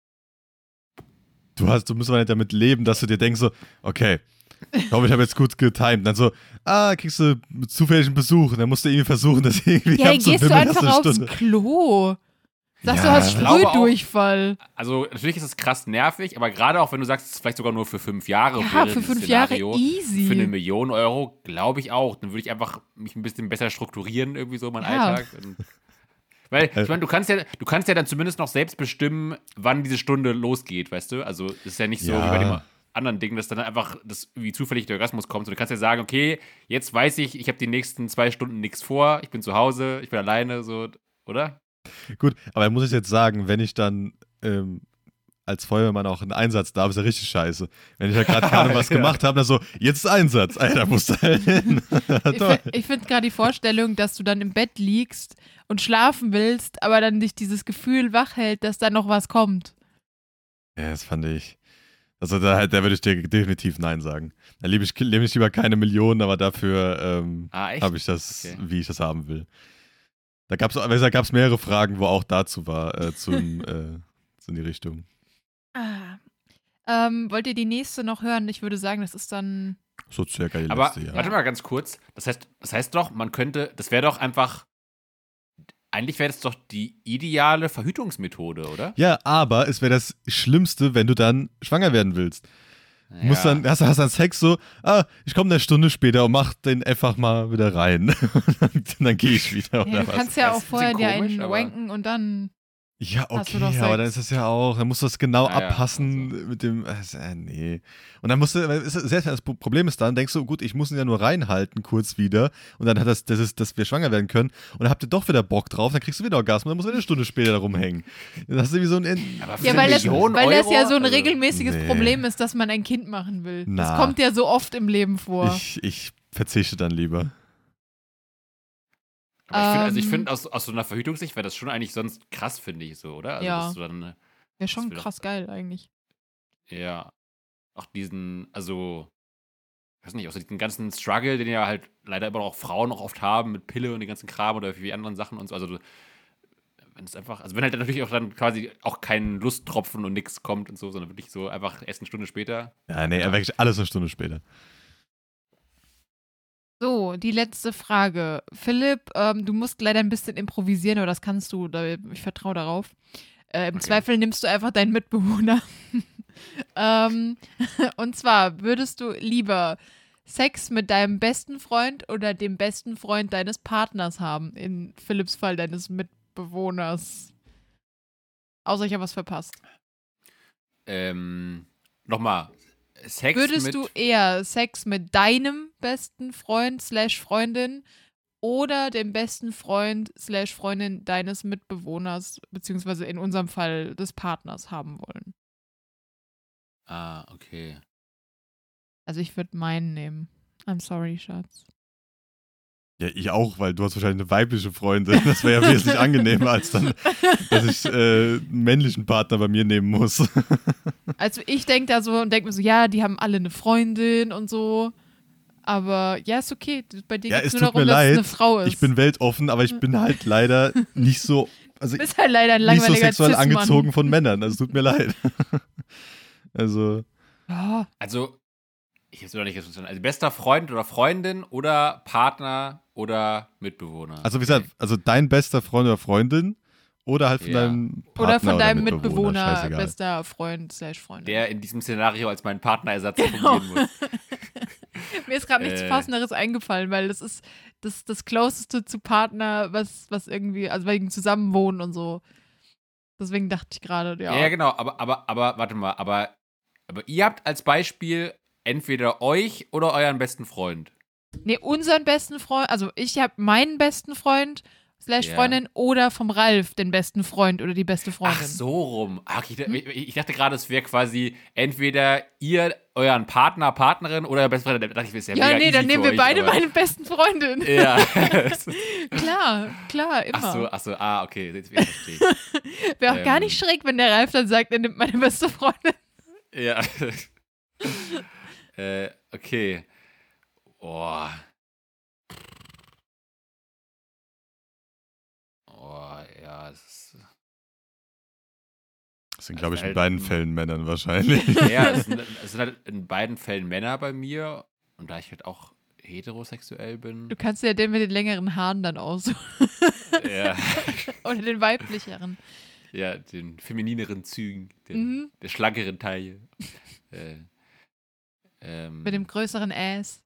Speaker 3: du hast, du musst aber nicht damit leben, dass du dir denkst so, okay, ich glaube, ich habe jetzt gut getimed. Dann so, ah, kriegst du zufällig einen Besuch. Und dann musst du irgendwie versuchen, das irgendwie
Speaker 2: Ja, dann gehst du
Speaker 3: abzuwimmeln, dass
Speaker 2: einfach
Speaker 3: eine
Speaker 2: aufs
Speaker 3: Stunde-
Speaker 2: Klo. Sagst du,
Speaker 3: Ja.
Speaker 2: hast
Speaker 3: Ich
Speaker 1: glaube auch-
Speaker 2: Sprühdurchfall.
Speaker 1: Also, natürlich ist es krass nervig, aber gerade auch wenn du sagst, es ist vielleicht sogar nur für fünf Jahre.
Speaker 2: Ja,
Speaker 1: wäre
Speaker 2: für
Speaker 1: ein
Speaker 2: fünf Jahre
Speaker 1: Szenario.
Speaker 2: easy.
Speaker 1: Für eine Million Euro glaube ich auch. Dann würde ich einfach mich ein bisschen besser strukturieren, irgendwie so meinen
Speaker 2: Ja.
Speaker 1: Alltag. Und [laughs] weil, ich meine, du kannst ja, du kannst ja dann zumindest noch selbst bestimmen, wann diese Stunde losgeht, weißt du? Also es ist ja nicht so wie bei
Speaker 3: Ja.
Speaker 1: dem anderen Ding, dass dann einfach das wie zufällig der Orgasmus kommt. Und du kannst ja sagen, okay, jetzt weiß ich, ich habe die nächsten zwei Stunden nichts vor, ich bin zu Hause, ich bin alleine, so, oder?
Speaker 3: Gut, aber muss ich jetzt sagen, wenn ich dann ähm, als Feuerwehrmann auch einen Einsatz darf, ist ja richtig scheiße. Wenn ich ja gerade gerade was gemacht habe, dann so, jetzt ist Einsatz. Alter, musst du
Speaker 2: [laughs]
Speaker 3: halt hin. [laughs]
Speaker 2: Ich
Speaker 3: Toll.
Speaker 2: fi- Ich finde gerade die Vorstellung, dass du dann im Bett liegst und schlafen willst, aber dann dich dieses Gefühl wach hält, dass da noch was kommt.
Speaker 3: Ja, das fand ich. Also da, da würde ich dir definitiv Nein sagen. Da lebe ich, lebe ich lieber keine Millionen, aber dafür ähm,
Speaker 1: Ah, echt?
Speaker 3: habe ich das,
Speaker 1: Okay.
Speaker 3: wie ich das haben will. Da gab es mehrere Fragen, wo auch dazu war, äh,
Speaker 1: [laughs]
Speaker 3: zum, äh, in die Richtung.
Speaker 2: Ah. Ähm, wollt ihr die nächste noch hören? Ich würde sagen, das ist dann.
Speaker 3: So circa die
Speaker 1: Aber
Speaker 3: letzte, ja.
Speaker 1: warte mal ganz kurz. Das heißt, das heißt doch, man könnte, das wäre doch einfach. Eigentlich wäre das doch die ideale Verhütungsmethode, oder?
Speaker 3: Ja, aber es wäre das Schlimmste, wenn du dann schwanger werden willst. Du Musst dann, äh, hast, hast dann Sex so, ah, ich komme eine Stunde später und mach den einfach mal wieder rein. [laughs] dann dann gehe ich wieder
Speaker 1: [laughs]
Speaker 2: Ja,
Speaker 3: oder
Speaker 2: du
Speaker 3: was?
Speaker 2: kannst ja
Speaker 1: Das
Speaker 2: auch
Speaker 1: ist ein
Speaker 2: vorher dir
Speaker 1: bisschen
Speaker 2: einen
Speaker 1: komisch, aber-
Speaker 2: wanken und dann.
Speaker 3: Ja,
Speaker 2: Hast du
Speaker 3: okay,
Speaker 2: doch
Speaker 3: aber dann
Speaker 2: Sex.
Speaker 3: ist das ja auch, dann musst du das genau
Speaker 1: Ah Ja, ja,
Speaker 3: abpassen mit dem, also, äh, nee. Und dann musst du, weil es ist- selbst das Problem ist dann, denkst du, gut, ich muss ihn ja nur reinhalten kurz wieder und dann hat das, das ist, dass wir schwanger werden können und dann habt ihr doch wieder Bock drauf, dann kriegst du wieder Orgasmus, dann musst du wieder eine Stunde später da rumhängen. Dann hast du wie so ein,
Speaker 1: Aber für
Speaker 2: Ja, weil das,
Speaker 1: Millionen
Speaker 2: weil das ja
Speaker 1: Euro?
Speaker 2: so ein
Speaker 1: Also-
Speaker 2: regelmäßiges
Speaker 3: Nee.
Speaker 2: Problem ist, dass man ein Kind machen will. Das
Speaker 3: Na.
Speaker 2: kommt ja so oft im Leben vor.
Speaker 3: ich, ich verzichte dann lieber.
Speaker 1: Aber ich find, also ich
Speaker 2: Ähm.
Speaker 1: finde, aus, aus so einer Verhütungssicht wäre das schon eigentlich sonst krass, finde ich so, oder? Also,
Speaker 2: Ja.
Speaker 1: Dass du dann,
Speaker 2: Wäre schon
Speaker 1: das will doch-
Speaker 2: krass geil eigentlich.
Speaker 1: ja, auch diesen, also, ich weiß nicht, auch so diesen ganzen Struggle, den ja halt leider immer noch Frauen auch oft haben mit Pille und den ganzen Kram oder wie anderen Sachen und so. Also, du- wenn es einfach, also wenn halt natürlich auch dann quasi auch kein Lusttropfen und nix kommt und so, sondern wirklich so einfach erst eine Stunde später.
Speaker 3: Ja, nee, wirklich alles eine Stunde später.
Speaker 2: So, die letzte Frage. Philipp, ähm, du musst leider ein bisschen improvisieren, aber das kannst du. Da, ich vertraue darauf. Äh, Im
Speaker 1: Okay.
Speaker 2: Zweifel nimmst du einfach deinen Mitbewohner. [laughs] ähm, [laughs] und zwar, würdest du lieber Sex mit deinem besten Freund oder dem besten Freund deines Partners haben? In Philipps Fall deines Mitbewohners. Außer ich habe was verpasst.
Speaker 1: Ähm, nochmal, Sex
Speaker 2: Würdest
Speaker 1: mit,
Speaker 2: du eher Sex mit deinem besten Freund slash Freundin oder dem besten Freund slash Freundin deines Mitbewohners, beziehungsweise in unserem Fall des Partners haben wollen?
Speaker 1: Ah, okay.
Speaker 2: Also ich würde meinen nehmen. I'm sorry,
Speaker 3: [laughs]
Speaker 2: Schatz.
Speaker 3: Ja, ich auch, weil du hast wahrscheinlich eine weibliche Freundin. Das wäre ja wesentlich angenehmer, als dann, dass ich äh, einen männlichen Partner bei mir nehmen muss.
Speaker 2: Also ich denke da so und denke mir so, ja, die haben alle eine Freundin und so. Aber ja, ist okay. Bei dir
Speaker 3: Ja,
Speaker 2: geht es
Speaker 3: es
Speaker 2: nur
Speaker 3: tut
Speaker 2: darum,
Speaker 3: mir
Speaker 2: dass es eine
Speaker 3: leid.
Speaker 2: Frau ist.
Speaker 3: Ich bin weltoffen, aber ich bin halt leider nicht so, also
Speaker 2: du bist halt leider ein
Speaker 3: nicht so
Speaker 2: langweiliger
Speaker 3: sexuell
Speaker 2: Cis-Mann.
Speaker 3: angezogen von Männern. Also tut mir leid. [laughs] Also,
Speaker 2: Ja,
Speaker 1: Also, ich hab's noch nicht ganz verstanden. Also, bester Freund oder Freundin oder Partner oder Mitbewohner.
Speaker 3: also wie gesagt, also dein bester Freund oder Freundin oder halt von
Speaker 1: Ja.
Speaker 3: deinem Partner
Speaker 2: oder von deinem
Speaker 3: Mitbewohner,
Speaker 2: Mitbewohner,
Speaker 3: scheißegal.
Speaker 2: bester Freund slash Freundin.
Speaker 1: der in diesem Szenario als meinen Partnerersatz
Speaker 2: Genau.
Speaker 1: fungieren muss.
Speaker 2: Mir ist gerade nichts
Speaker 1: Äh.
Speaker 2: Passenderes eingefallen, weil das ist das, das Closeste zu Partner, was, was irgendwie, also wegen Zusammenwohnen und so. Deswegen dachte ich gerade, ja.
Speaker 1: Ja, ja, genau, aber, aber, aber, warte mal, aber, aber ihr habt als Beispiel entweder euch oder euren besten Freund.
Speaker 2: Nee, unseren besten Freund, also ich habe meinen besten Freund, slash
Speaker 1: Ja.
Speaker 2: Freundin, oder vom Ralf den besten Freund oder die beste Freundin. Hm?
Speaker 1: Ach so rum. Ach, ich, ich ich dachte gerade, es wäre quasi entweder ihr euren Partner, Partnerin oder euer bester Freund. Da dachte ich, ist ja,
Speaker 2: Ja,
Speaker 1: mega
Speaker 2: nee, dann
Speaker 1: easy
Speaker 2: nehmen
Speaker 1: für
Speaker 2: wir
Speaker 1: euch,
Speaker 2: beide
Speaker 1: aber-
Speaker 2: meine besten Freundin.
Speaker 1: [laughs] Ja.
Speaker 2: Klar, klar, [laughs] immer.
Speaker 1: ach so, ach so, ah, okay. Jetzt jetzt verstehe ich.
Speaker 2: Wäre auch gar
Speaker 1: ähm.
Speaker 2: nicht schräg, wenn der Ralf dann sagt, er nimmt meine
Speaker 1: [laughs]
Speaker 2: beste Freundin.
Speaker 1: Ja. äh, okay. Boah. Oh, ja, es ist.
Speaker 3: Das sind,
Speaker 1: Also
Speaker 3: glaube ich, in
Speaker 1: halt-
Speaker 3: beiden Fällen Männern wahrscheinlich.
Speaker 1: Ja, es sind, es sind halt in beiden Fällen Männer bei mir. Und da ich halt auch heterosexuell bin.
Speaker 2: [laughs] Du kannst [laughs] ja den mit den längeren Haaren dann aussuchen.
Speaker 1: ja.
Speaker 2: Oder den weiblicheren.
Speaker 1: ja, den feminineren Zügen, der,
Speaker 2: Mhm.
Speaker 1: der schlankeren Taille. äh, ähm,
Speaker 2: Mit dem größeren Ass.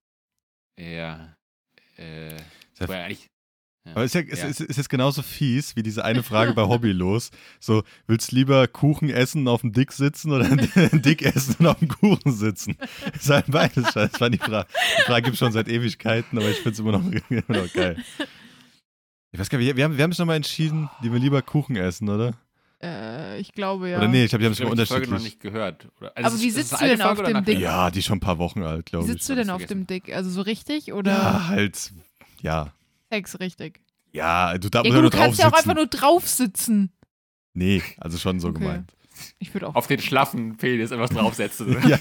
Speaker 1: Ja. Äh,
Speaker 3: Ja,
Speaker 1: wobei eigentlich,
Speaker 3: Aber ist, ja, ist,
Speaker 1: Ja.
Speaker 3: ist, ist jetzt genauso fies wie
Speaker 2: [laughs]
Speaker 3: diese eine Frage bei Hobbylos. So, willst du lieber Kuchen essen und auf dem Dick sitzen oder [laughs] Dick essen und auf dem Kuchen sitzen? [laughs] Das ist halt beides scheiße. Das war die Frage. Die Frage gibt es schon seit Ewigkeiten, aber ich finde es immer noch, [laughs] immer noch geil. Ich weiß gar nicht, wir, wir haben, wir haben schon mal entschieden, die wir lieber Kuchen essen, oder?
Speaker 2: Äh, ich glaube ja.
Speaker 3: Oder nee, ich glaube, die haben
Speaker 1: ich
Speaker 3: schon
Speaker 1: habe die Folge noch nicht
Speaker 3: unterschiedlich.
Speaker 1: gehört. Oder, also
Speaker 2: Aber wie sitzt du denn auf dem Ding?
Speaker 3: Ja, die ist schon ein paar Wochen alt,
Speaker 2: Wie
Speaker 3: glaube ich.
Speaker 2: sitzt du denn auf
Speaker 1: vergessen.
Speaker 2: dem Dick? Also so richtig oder
Speaker 3: Ja, halt. Ja.
Speaker 2: Sex richtig?
Speaker 3: Ja, du darfst
Speaker 2: Ja,
Speaker 3: ja
Speaker 2: gut, du
Speaker 3: nur drauf
Speaker 2: kannst ja auch einfach
Speaker 3: sitzen.
Speaker 2: nur drauf sitzen.
Speaker 3: Nee, also schon so
Speaker 2: Okay.
Speaker 3: gemeint.
Speaker 2: Ich würde auch.
Speaker 1: Auf den schlaffen Penis einfach draufsetzen.
Speaker 3: [laughs] Ja,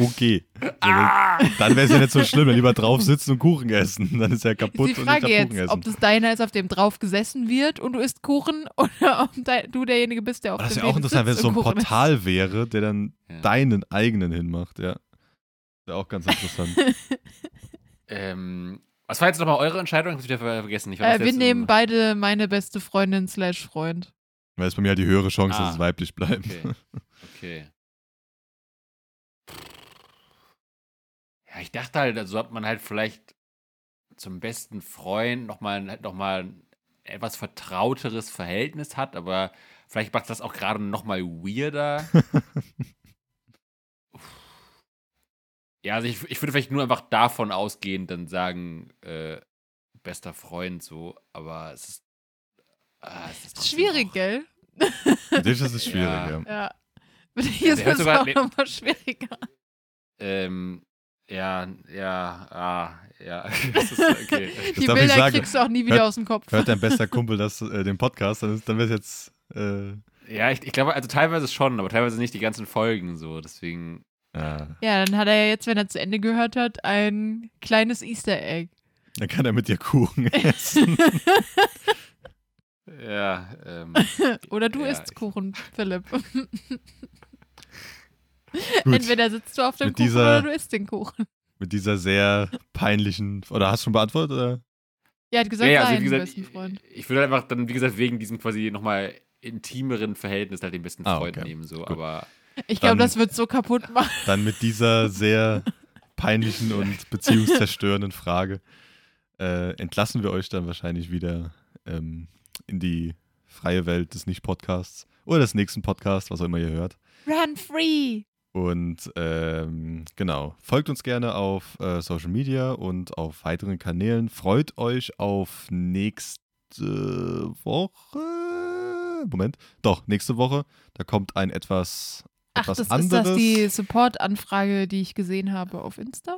Speaker 3: okay. So,
Speaker 2: Ah!
Speaker 3: Dann wäre es ja nicht so schlimm, dann lieber drauf sitzen und Kuchen essen. Dann ist er kaputt
Speaker 2: ist die
Speaker 3: und ich
Speaker 2: Frage
Speaker 3: darf
Speaker 2: jetzt,
Speaker 3: Kuchen essen.
Speaker 2: ob das deiner ist, auf dem drauf gesessen wird und du isst Kuchen [laughs] oder ob dei- du derjenige bist, der auf
Speaker 3: Aber Oh, das
Speaker 2: dem
Speaker 3: wäre auch
Speaker 2: Penis
Speaker 3: interessant, wenn es
Speaker 2: sitzt
Speaker 3: so ein
Speaker 2: und Kuchen isst.
Speaker 3: Portal wäre, der dann
Speaker 1: Ja.
Speaker 3: deinen eigenen hinmacht, ja. Wäre auch
Speaker 2: [laughs]
Speaker 3: ganz interessant.
Speaker 1: ähm, was war jetzt nochmal eure Entscheidung? Ich hab's wieder vergessen. Ich war
Speaker 2: Äh,
Speaker 1: das
Speaker 2: wir
Speaker 1: letzte
Speaker 2: nehmen
Speaker 1: Mal-
Speaker 2: beide meine beste Freundin slash Freund.
Speaker 3: Weil es bei mir halt die höhere Chance,
Speaker 1: Ah.
Speaker 3: dass es weiblich bleibt.
Speaker 1: Okay. Okay. Ja, ich dachte halt, also hat man halt vielleicht zum besten Freund nochmal halt noch mal ein etwas vertrauteres Verhältnis hat, aber vielleicht macht das auch gerade nochmal weirder. Ja, also ich, ich würde vielleicht nur einfach davon ausgehend dann sagen, äh, bester Freund so, aber es ist, ah, es ist
Speaker 2: Ist
Speaker 1: trotzdem
Speaker 2: schwierig,
Speaker 1: auch-
Speaker 2: gell?
Speaker 3: Für dich ist es schwierig,
Speaker 1: Ja.
Speaker 3: ja.
Speaker 2: [laughs] Ja. Hier ist
Speaker 1: der hört
Speaker 2: es
Speaker 1: sogar-
Speaker 2: auch
Speaker 3: ne-
Speaker 1: nee.
Speaker 2: immer schwieriger.
Speaker 1: Ähm, ja, ja, ah, ja. [laughs] Das ist, okay.
Speaker 2: Die
Speaker 3: darf ich
Speaker 2: Bilder
Speaker 3: sagen.
Speaker 2: kriegst du auch nie wieder
Speaker 3: Hört-
Speaker 2: aus dem Kopf.
Speaker 3: Hört dein bester Kumpel das, äh, den Podcast, dann, ist- dann wird jetzt. Äh,
Speaker 1: ja, ich, ich glaube, also teilweise schon, aber teilweise nicht die ganzen Folgen so. Deswegen,
Speaker 3: ja.
Speaker 2: Ja, dann hat er ja jetzt, wenn er zu Ende gehört hat, ein kleines Easter
Speaker 1: [laughs]
Speaker 2: Egg.
Speaker 3: Dann kann er mit
Speaker 2: [laughs]
Speaker 3: dir Kuchen essen.
Speaker 1: ja,
Speaker 2: [laughs]
Speaker 1: ähm,
Speaker 2: Oder du
Speaker 1: Ja,
Speaker 2: isst
Speaker 1: ich-
Speaker 2: Kuchen, Philipp.
Speaker 3: Gut.
Speaker 2: Entweder sitzt du auf dem
Speaker 3: Mit
Speaker 2: Kuchen
Speaker 3: dieser-
Speaker 2: oder du isst den Kuchen.
Speaker 3: Mit dieser sehr peinlichen. Oder hast du schon beantwortet? Oder?
Speaker 2: Ja, hat gesagt,
Speaker 1: ja, ja, also
Speaker 2: nein,
Speaker 1: wie gesagt,
Speaker 2: besten Freund.
Speaker 1: ich, ich würde halt einfach dann, wie gesagt, wegen diesem quasi nochmal intimeren Verhältnis halt den besten
Speaker 3: Ah,
Speaker 1: Freund
Speaker 3: okay.
Speaker 1: nehmen so.
Speaker 3: Gut.
Speaker 1: Aber
Speaker 2: Ich glaube,
Speaker 3: dann-
Speaker 2: das wird so kaputt machen.
Speaker 1: [laughs]
Speaker 3: Dann mit dieser sehr peinlichen und beziehungszerstörenden Frage äh, entlassen wir euch dann wahrscheinlich wieder ähm, in die freie Welt des Nicht-Podcasts oder des nächsten Podcasts, was auch immer ihr hört.
Speaker 2: Run free!
Speaker 3: Und ähm, genau, folgt uns gerne auf äh, Social Media und auf weiteren Kanälen. Freut euch auf nächste Woche. Moment, doch, nächste Woche. Da kommt ein etwas,
Speaker 2: Ach,
Speaker 3: etwas
Speaker 2: das ist
Speaker 3: anderes.
Speaker 2: das die Support-Anfrage, die ich gesehen habe auf Insta?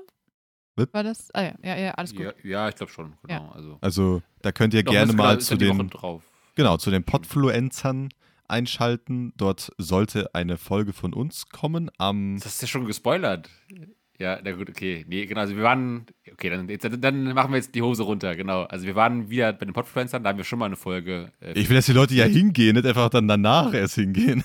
Speaker 3: Was?
Speaker 2: War das? Ah ja, ja, ja alles gut.
Speaker 1: ja, ja, ich glaube schon, genau. Also,
Speaker 3: Also da könnt ihr
Speaker 1: Doch,
Speaker 3: gerne
Speaker 1: ist-
Speaker 3: mal
Speaker 1: genau, ist
Speaker 3: zu
Speaker 1: ja die Woche
Speaker 3: den,
Speaker 1: drauf.
Speaker 3: genau, zu den Podfluencern einschalten. Dort sollte eine Folge von uns kommen am
Speaker 1: Das ist ja schon gespoilert. Ja, na gut, okay. Nee, genau, also wir waren, okay, dann, jetzt, dann machen wir jetzt die Hose runter, genau. Also wir waren wieder bei den Podfluencern, da haben wir schon mal eine Folge. äh,
Speaker 3: ich will, dass die Leute ja hingehen, nicht einfach dann danach erst hingehen.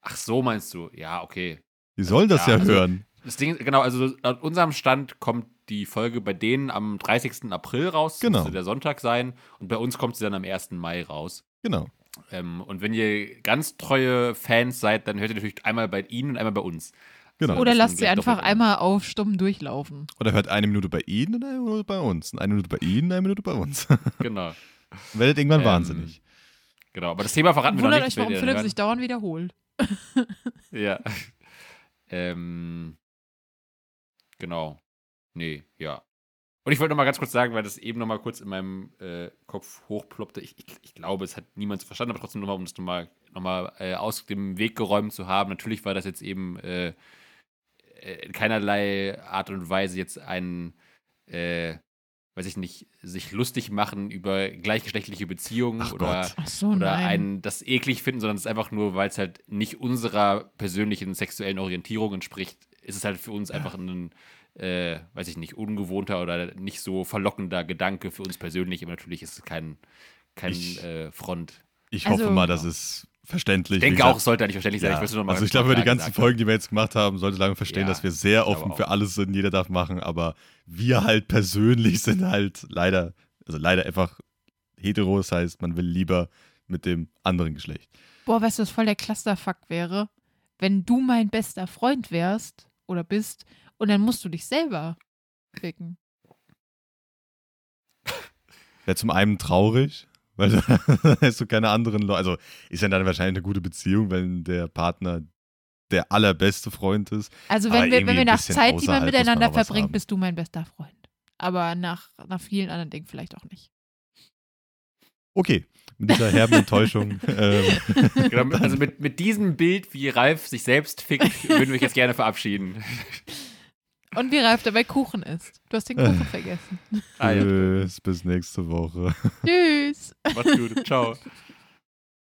Speaker 1: Ach so, meinst du? Ja, okay.
Speaker 3: Die sollen das
Speaker 1: Ja,
Speaker 3: ja,
Speaker 1: also-
Speaker 3: hören.
Speaker 1: Das Ding, genau, also laut unserem Stand kommt die Folge bei denen am 30. April raus,
Speaker 3: Genau.
Speaker 1: müsste der Sonntag sein, und bei uns kommt sie dann am 1. Mai raus.
Speaker 3: Genau.
Speaker 1: Ähm, und wenn ihr ganz treue Fans seid, dann hört ihr natürlich einmal bei ihnen und einmal bei
Speaker 3: [laughs]
Speaker 1: uns.
Speaker 3: Genau.
Speaker 2: Oder
Speaker 1: das
Speaker 2: lasst
Speaker 1: sind
Speaker 2: sie
Speaker 1: gleich
Speaker 2: einfach
Speaker 1: doppelt.
Speaker 2: einmal auf stumm durchlaufen.
Speaker 3: Oder hört eine Minute bei ihnen und eine Minute bei uns. Und eine Minute bei ihnen, eine Minute bei uns. [laughs]
Speaker 1: Genau.
Speaker 3: Werdet irgendwann
Speaker 1: Ähm,
Speaker 3: wahnsinnig.
Speaker 1: Genau, aber das Thema verraten wir noch
Speaker 2: Wundert
Speaker 1: nicht.
Speaker 2: euch,
Speaker 1: wenn
Speaker 2: warum
Speaker 1: ihr
Speaker 2: Philipp
Speaker 1: hören-
Speaker 2: sich dauernd wiederholt.
Speaker 1: Ja. [laughs] ähm, genau. Nee, ja. Und ich wollte noch mal ganz kurz sagen, weil das eben noch mal kurz in meinem äh, Kopf hochploppte. Ich, ich, ich glaube, es hat niemand so verstanden, aber trotzdem noch mal, um das noch mal, noch mal äh, aus dem Weg geräumt zu haben. Natürlich war das jetzt eben äh, äh, in keinerlei Art und Weise jetzt ein, äh, weiß ich nicht, sich lustig machen über gleichgeschlechtliche Beziehungen
Speaker 3: Ach
Speaker 1: oder
Speaker 3: Gott.
Speaker 2: Ach so,
Speaker 1: oder
Speaker 2: Oh nein.
Speaker 1: einen das eklig finden, sondern es ist einfach nur, weil es halt nicht unserer persönlichen sexuellen Orientierung entspricht, ist es halt für uns einfach ein, äh, weiß ich nicht, ungewohnter oder nicht so verlockender Gedanke für uns persönlich. Aber natürlich ist es kein, kein
Speaker 3: Ich-
Speaker 1: äh, Front.
Speaker 3: Ich
Speaker 2: also-
Speaker 3: hoffe mal, das ist verständlich.
Speaker 1: Ich
Speaker 3: wie
Speaker 1: denke
Speaker 3: gesagt.
Speaker 1: auch, es sollte eigentlich verständlich sein.
Speaker 3: Ja.
Speaker 1: Ich will's nur noch mal
Speaker 3: also
Speaker 1: ganz
Speaker 3: ich glaube, über
Speaker 1: klar
Speaker 3: die ganzen
Speaker 1: gesagt
Speaker 3: Folgen, die wir jetzt gemacht haben, sollte lange verstehen,
Speaker 1: Ja,
Speaker 3: dass wir sehr
Speaker 1: glaube
Speaker 3: offen
Speaker 1: auch.
Speaker 3: für alles sind. Jeder darf machen, aber wir halt persönlich sind halt leider, also leider einfach hetero. Das heißt, man will lieber mit dem anderen Geschlecht.
Speaker 2: Boah, weißt du, was voll der Clusterfuck wäre? Wenn du mein bester Freund wärst oder bist und dann musst du dich selber ficken.
Speaker 3: Wäre zum einen traurig, weil [laughs] dann hast du keine anderen Leute. Also ist ja dann wahrscheinlich eine gute Beziehung, wenn der Partner der allerbeste Freund ist.
Speaker 2: Also
Speaker 3: Aber
Speaker 2: wenn wir, wenn
Speaker 3: irgendwie
Speaker 2: wir
Speaker 3: ein
Speaker 2: nach
Speaker 3: bisschen
Speaker 2: Zeit, die
Speaker 3: außerhalb
Speaker 2: man
Speaker 3: muss
Speaker 2: miteinander
Speaker 3: man noch was
Speaker 2: verbringt,
Speaker 3: haben.
Speaker 2: bist du mein bester Freund. Aber nach, nach vielen anderen Dingen vielleicht auch nicht.
Speaker 3: Okay, mit
Speaker 1: [laughs]
Speaker 3: dieser herben Enttäuschung. ähm,
Speaker 1: Genau, mit- also mit, mit diesem Bild, wie Ralf sich selbst fickt, würden wir euch jetzt gerne
Speaker 3: [laughs]
Speaker 1: verabschieden.
Speaker 2: Und wie Ralf dabei Kuchen isst. Du hast den
Speaker 3: [laughs]
Speaker 2: Kuchen vergessen.
Speaker 1: Ah, ja.
Speaker 3: Tschüss, bis nächste Woche.
Speaker 2: Tschüss.
Speaker 1: Macht's gut. Ciao.